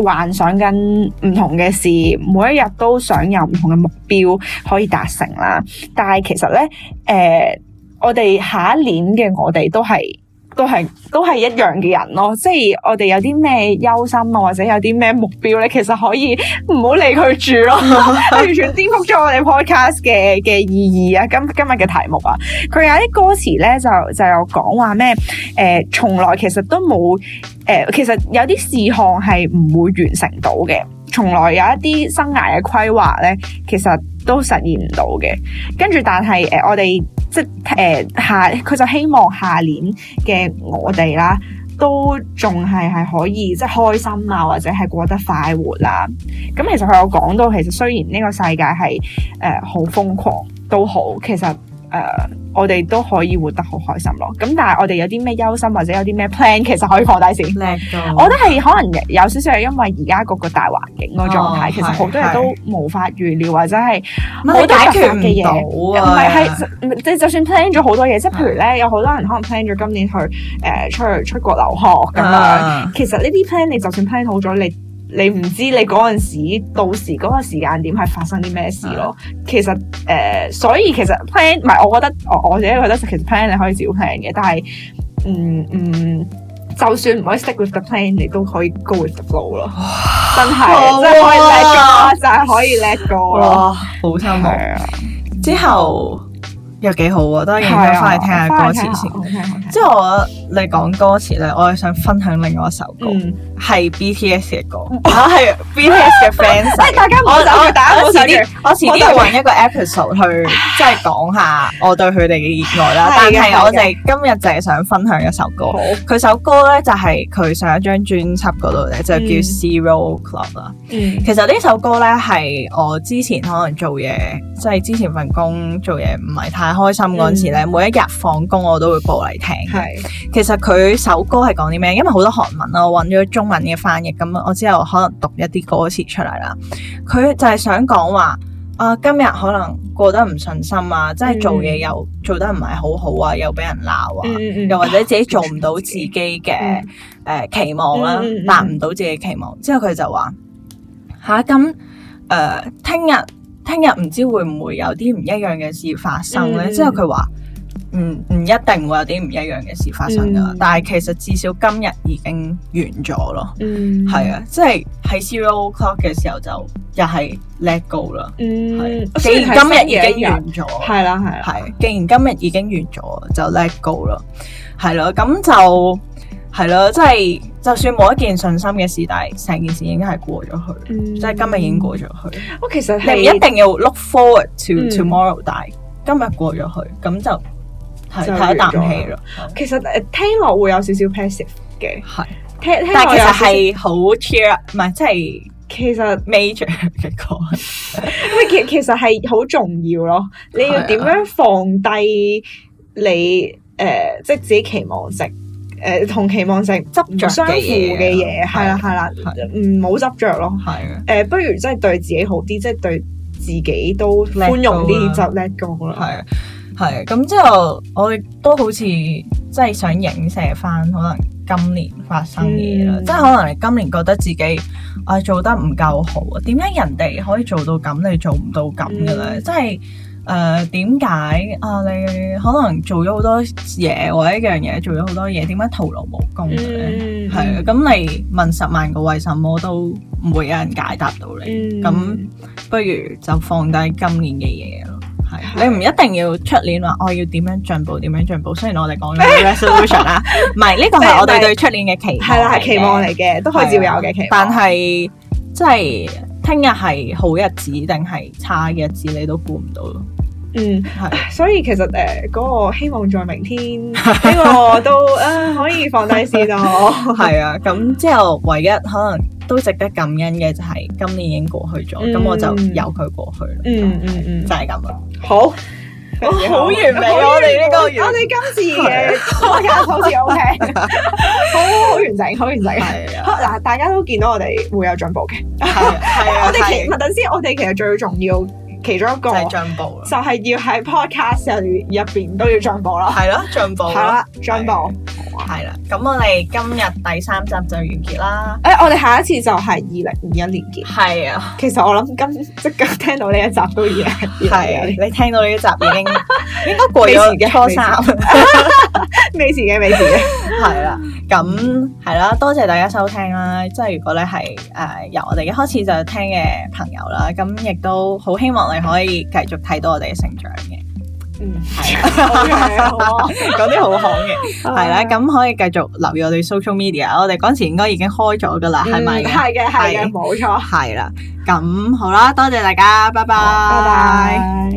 Speaker 1: 幻想緊唔同嘅事，每一日都想有唔同嘅目標可以達成啦。但係其實咧，誒、我哋下一年嘅我哋都係。都係都係一樣嘅人咯，即係我哋有啲咩憂心啊，或者有啲咩目標咧，其實可以唔好理佢住咯，係完全顛覆咗我哋 podcast 嘅嘅意義啊！今今日嘅題目啊，佢有啲歌詞咧就就有講話咩誒，從來其實都冇誒、呃其實有啲事項係唔會完成到嘅，從來有一啲生涯嘅規劃咧，其實都實現唔到嘅。跟住但係誒、呃我哋即係誒、呃下，佢就希望下年嘅我哋啦。都仲係係可以即係開心啊，或者係過得快活啊。咁其實佢有講到，其實雖然呢個世界係誒好瘋狂都好，其實誒、呃我哋都可以活得好開心咯。咁但係我哋有啲咩憂心或者有啲咩 plan，其實可以放低先。
Speaker 2: Let Go，
Speaker 1: 我覺得係可能有少少係因為而家嗰個大環境個狀態，
Speaker 2: 哦
Speaker 1: 其實好多嘢
Speaker 2: 係
Speaker 1: 都無法預料或者係。
Speaker 2: 我解決
Speaker 1: 好
Speaker 2: 唔
Speaker 1: 唔
Speaker 2: 到啊，
Speaker 1: 係係唔即係就算 plan 咗好多嘢，即係譬如咧，有好多人可能 plan 咗今年去誒、呃出去出國留學咁樣。
Speaker 2: 啊
Speaker 1: 其實呢啲 plan 你就算 plan 好咗，你你唔知你嗰陣時到時嗰個時間點係發生啲咩事咯。其實誒、呃所以其實 plan 唔係，我覺得我我自己覺得其實 plan 你可以照 plan 嘅，但係嗯嗯，就算唔可以 stick with the plan，你都可以 go with the flow 咯。真係，
Speaker 2: 好
Speaker 1: 真係可以 let
Speaker 2: 啊
Speaker 1: go，就係可以 let go 咯。
Speaker 2: 哇，好心
Speaker 1: 係
Speaker 2: 痛。
Speaker 1: 啊。
Speaker 2: 之後又幾好喎，都係認
Speaker 1: 係
Speaker 2: 真
Speaker 1: 啊
Speaker 2: 翻去聽下歌詞先。
Speaker 1: 翻去聽下好聽好聽
Speaker 2: 之後我你講歌詞咧，我係想分享另外一首歌，
Speaker 1: 嗯，
Speaker 2: 係 BTS 嘅歌，我 係 BTS 嘅啊 fans 嚟
Speaker 1: 喂，
Speaker 2: 嘅。
Speaker 1: 大家唔
Speaker 2: 我
Speaker 1: 好走
Speaker 2: 我
Speaker 1: 住，大家唔好
Speaker 2: 我
Speaker 1: 走
Speaker 2: 遲
Speaker 1: 住。
Speaker 2: 啲，我遲
Speaker 1: 我
Speaker 2: 啲
Speaker 1: 都係
Speaker 2: 揾一個 episode 去即係講下我對佢哋嘅熱愛啦。
Speaker 1: 係
Speaker 2: 但
Speaker 1: 嘅
Speaker 2: 係我
Speaker 1: 係嘅
Speaker 2: 哋今日就係想分享一首歌，佢首歌咧就係佢上一張專輯嗰度咧，就叫
Speaker 1: 嗯
Speaker 2: Zero Club 啦。
Speaker 1: 嗯
Speaker 2: 其實呢首歌咧係我之前可能做嘢，即係之前份工做嘢唔係太開心嗰陣時咧，每一日放工我都會播嚟聽。
Speaker 1: 係
Speaker 2: 其實佢首歌係講啲咩？因為好多韓文啦，我揾咗中文嘅翻譯，咁我之後可能讀一啲歌詞出嚟啦。佢就係想講話啊，今日可能過得唔順心啊，即係做嘢又做得唔係好好啊，又俾人鬧啊。
Speaker 1: 嗯
Speaker 2: 又或者自己做唔到自己嘅誒、期望啦
Speaker 1: 嗯嗯嗯，
Speaker 2: 達唔到自己嘅期望，之後佢就話吓咁誒，聽日聽日唔知會唔會有啲唔一樣嘅事發生咧？
Speaker 1: 嗯嗯
Speaker 2: 之後佢話唔唔一定會有啲唔一樣嘅事發生噶，
Speaker 1: 嗯
Speaker 2: 但係其實至少今日已經完咗咯，
Speaker 1: 嗯
Speaker 2: 係，啊，即係喺 zero clock 嘅時候就又係 let go 啦，
Speaker 1: 嗯
Speaker 2: 係，，既然今日已經完咗，
Speaker 1: 係啦係啦，
Speaker 2: 係，既然今日已經完咗，就 let go 啦，係咯，咁就係咯，即係就算冇一件信心嘅事，但係成件事已經係過咗去，
Speaker 1: 即
Speaker 2: 即係今日已經過咗去。
Speaker 1: 我哦其實
Speaker 2: 你
Speaker 1: 嗯係
Speaker 2: 唔一定要 look forward
Speaker 1: 嗯
Speaker 2: to tomorrow，但係今日過咗去，咁就係
Speaker 1: 就
Speaker 2: 睇一啖
Speaker 1: 完咗
Speaker 2: 氣咯。
Speaker 1: 其實誒聽落會有少少 passive 嘅，
Speaker 2: 係，
Speaker 1: 聽聽
Speaker 2: 但
Speaker 1: 落
Speaker 2: 係
Speaker 1: 有
Speaker 2: 其
Speaker 1: 少
Speaker 2: 實
Speaker 1: 少
Speaker 2: 係好 cheer，up，唔係即係
Speaker 1: 其實
Speaker 2: major 嘅歌。
Speaker 1: 其其實係好重要咯。你
Speaker 2: 係
Speaker 1: 要
Speaker 2: 啊
Speaker 1: 點樣放低你誒，即係自己期望值。誒同期望值
Speaker 2: 執
Speaker 1: 唔
Speaker 2: 着嘅嘢啊
Speaker 1: 相符嘅嘢，係啦係啦，嗯唔好執着咯。
Speaker 2: 係啊，
Speaker 1: 誒、不如真係對自己好啲，即係對自己都
Speaker 2: Let
Speaker 1: 寬容
Speaker 2: go
Speaker 1: 啲
Speaker 2: 啦
Speaker 1: 就 let go 啦。
Speaker 2: 係啊，係啊。咁之後我哋都好似即係想影射翻可能今年發生嘅嘢啦，
Speaker 1: 嗯
Speaker 2: 即係可能你今年覺得自己啊做得唔夠好啊，點解人哋可以做到咁，你做唔到咁嘅咧？
Speaker 1: 嗯
Speaker 2: 即係。誒點解啊？你可能做咗好多嘢，或者一樣嘢做咗好多嘢，點解徒勞無功嘅咧？
Speaker 1: 嗯，
Speaker 2: 係啊、咁你問十萬個為什麼都唔會有人解答到你。
Speaker 1: 嗯
Speaker 2: 咁不如就放低今年嘅嘢咯。係你唔一定要出年話哦我要點樣進步點樣進步。雖然我哋 講咗 resolution 啦，唔係呢個係我哋對出年嘅啊期望嚟嘅，
Speaker 1: 係啦，係期望嚟嘅，都可以照有嘅期望。
Speaker 2: 但係即係聽日係好日子定係差嘅日子，你都估唔到咯。
Speaker 1: 嗯，
Speaker 2: 係
Speaker 1: 所以其實誒嗰個希望在明 天呢個都啊可以放低先咯。
Speaker 2: 係啊，咁之後唯一可能都值得感恩嘅就係今年已經過去咗，咁、
Speaker 1: 嗯
Speaker 2: 我就由佢過去啦。
Speaker 1: 嗯嗯嗯
Speaker 2: 就，係咁啦。
Speaker 1: 好，
Speaker 2: 好完美啊我哋呢個完啊
Speaker 1: 我哋今次嘅 podcast 好似 OK，好好完整，好完整。
Speaker 2: 係啊，
Speaker 1: 好嗱，大家都見到我哋會有進步嘅。
Speaker 2: 係啊，
Speaker 1: 我哋其
Speaker 2: 係
Speaker 1: 唔係等先，我哋其實最重要其中一個
Speaker 2: 就係
Speaker 1: 就
Speaker 2: 進步啦。
Speaker 1: 係要喺 podcast 入入邊都要進步啦。
Speaker 2: 係咯，進步
Speaker 1: 係
Speaker 2: 啦，
Speaker 1: 啦，進步。
Speaker 2: 係啦。咁我哋今日第三集就完結啦。
Speaker 1: 誒，我哋下一次就係二零二一年見。
Speaker 2: 係啊，
Speaker 1: 其實我諗今即係聽到呢一集都已經
Speaker 2: 係啊，
Speaker 1: 係
Speaker 2: 你聽到呢一集 已經應該過
Speaker 1: 未遲
Speaker 2: 咗
Speaker 1: 嘅
Speaker 2: 初
Speaker 1: 未
Speaker 2: 三，
Speaker 1: 遲未時嘅未 時嘅，
Speaker 2: 係啦。咁係啦，多謝大家收聽啦。即係如果你係誒由我哋一開始就聽嘅朋友啦，咁亦都好希望你可以繼續睇到我哋嘅成長嘅。
Speaker 1: 嗯，
Speaker 2: 係啊，
Speaker 1: 哦啊
Speaker 2: 講啲好行嘅，係啦。咁可以繼續留意我哋 social media。我哋嗰陣時應該已經開咗噶啦，係咪？
Speaker 1: 嗯係嘅，係
Speaker 2: 係
Speaker 1: 嘅，冇錯，
Speaker 2: 係啦，咁好啦，多謝大家，拜拜，
Speaker 1: 拜拜。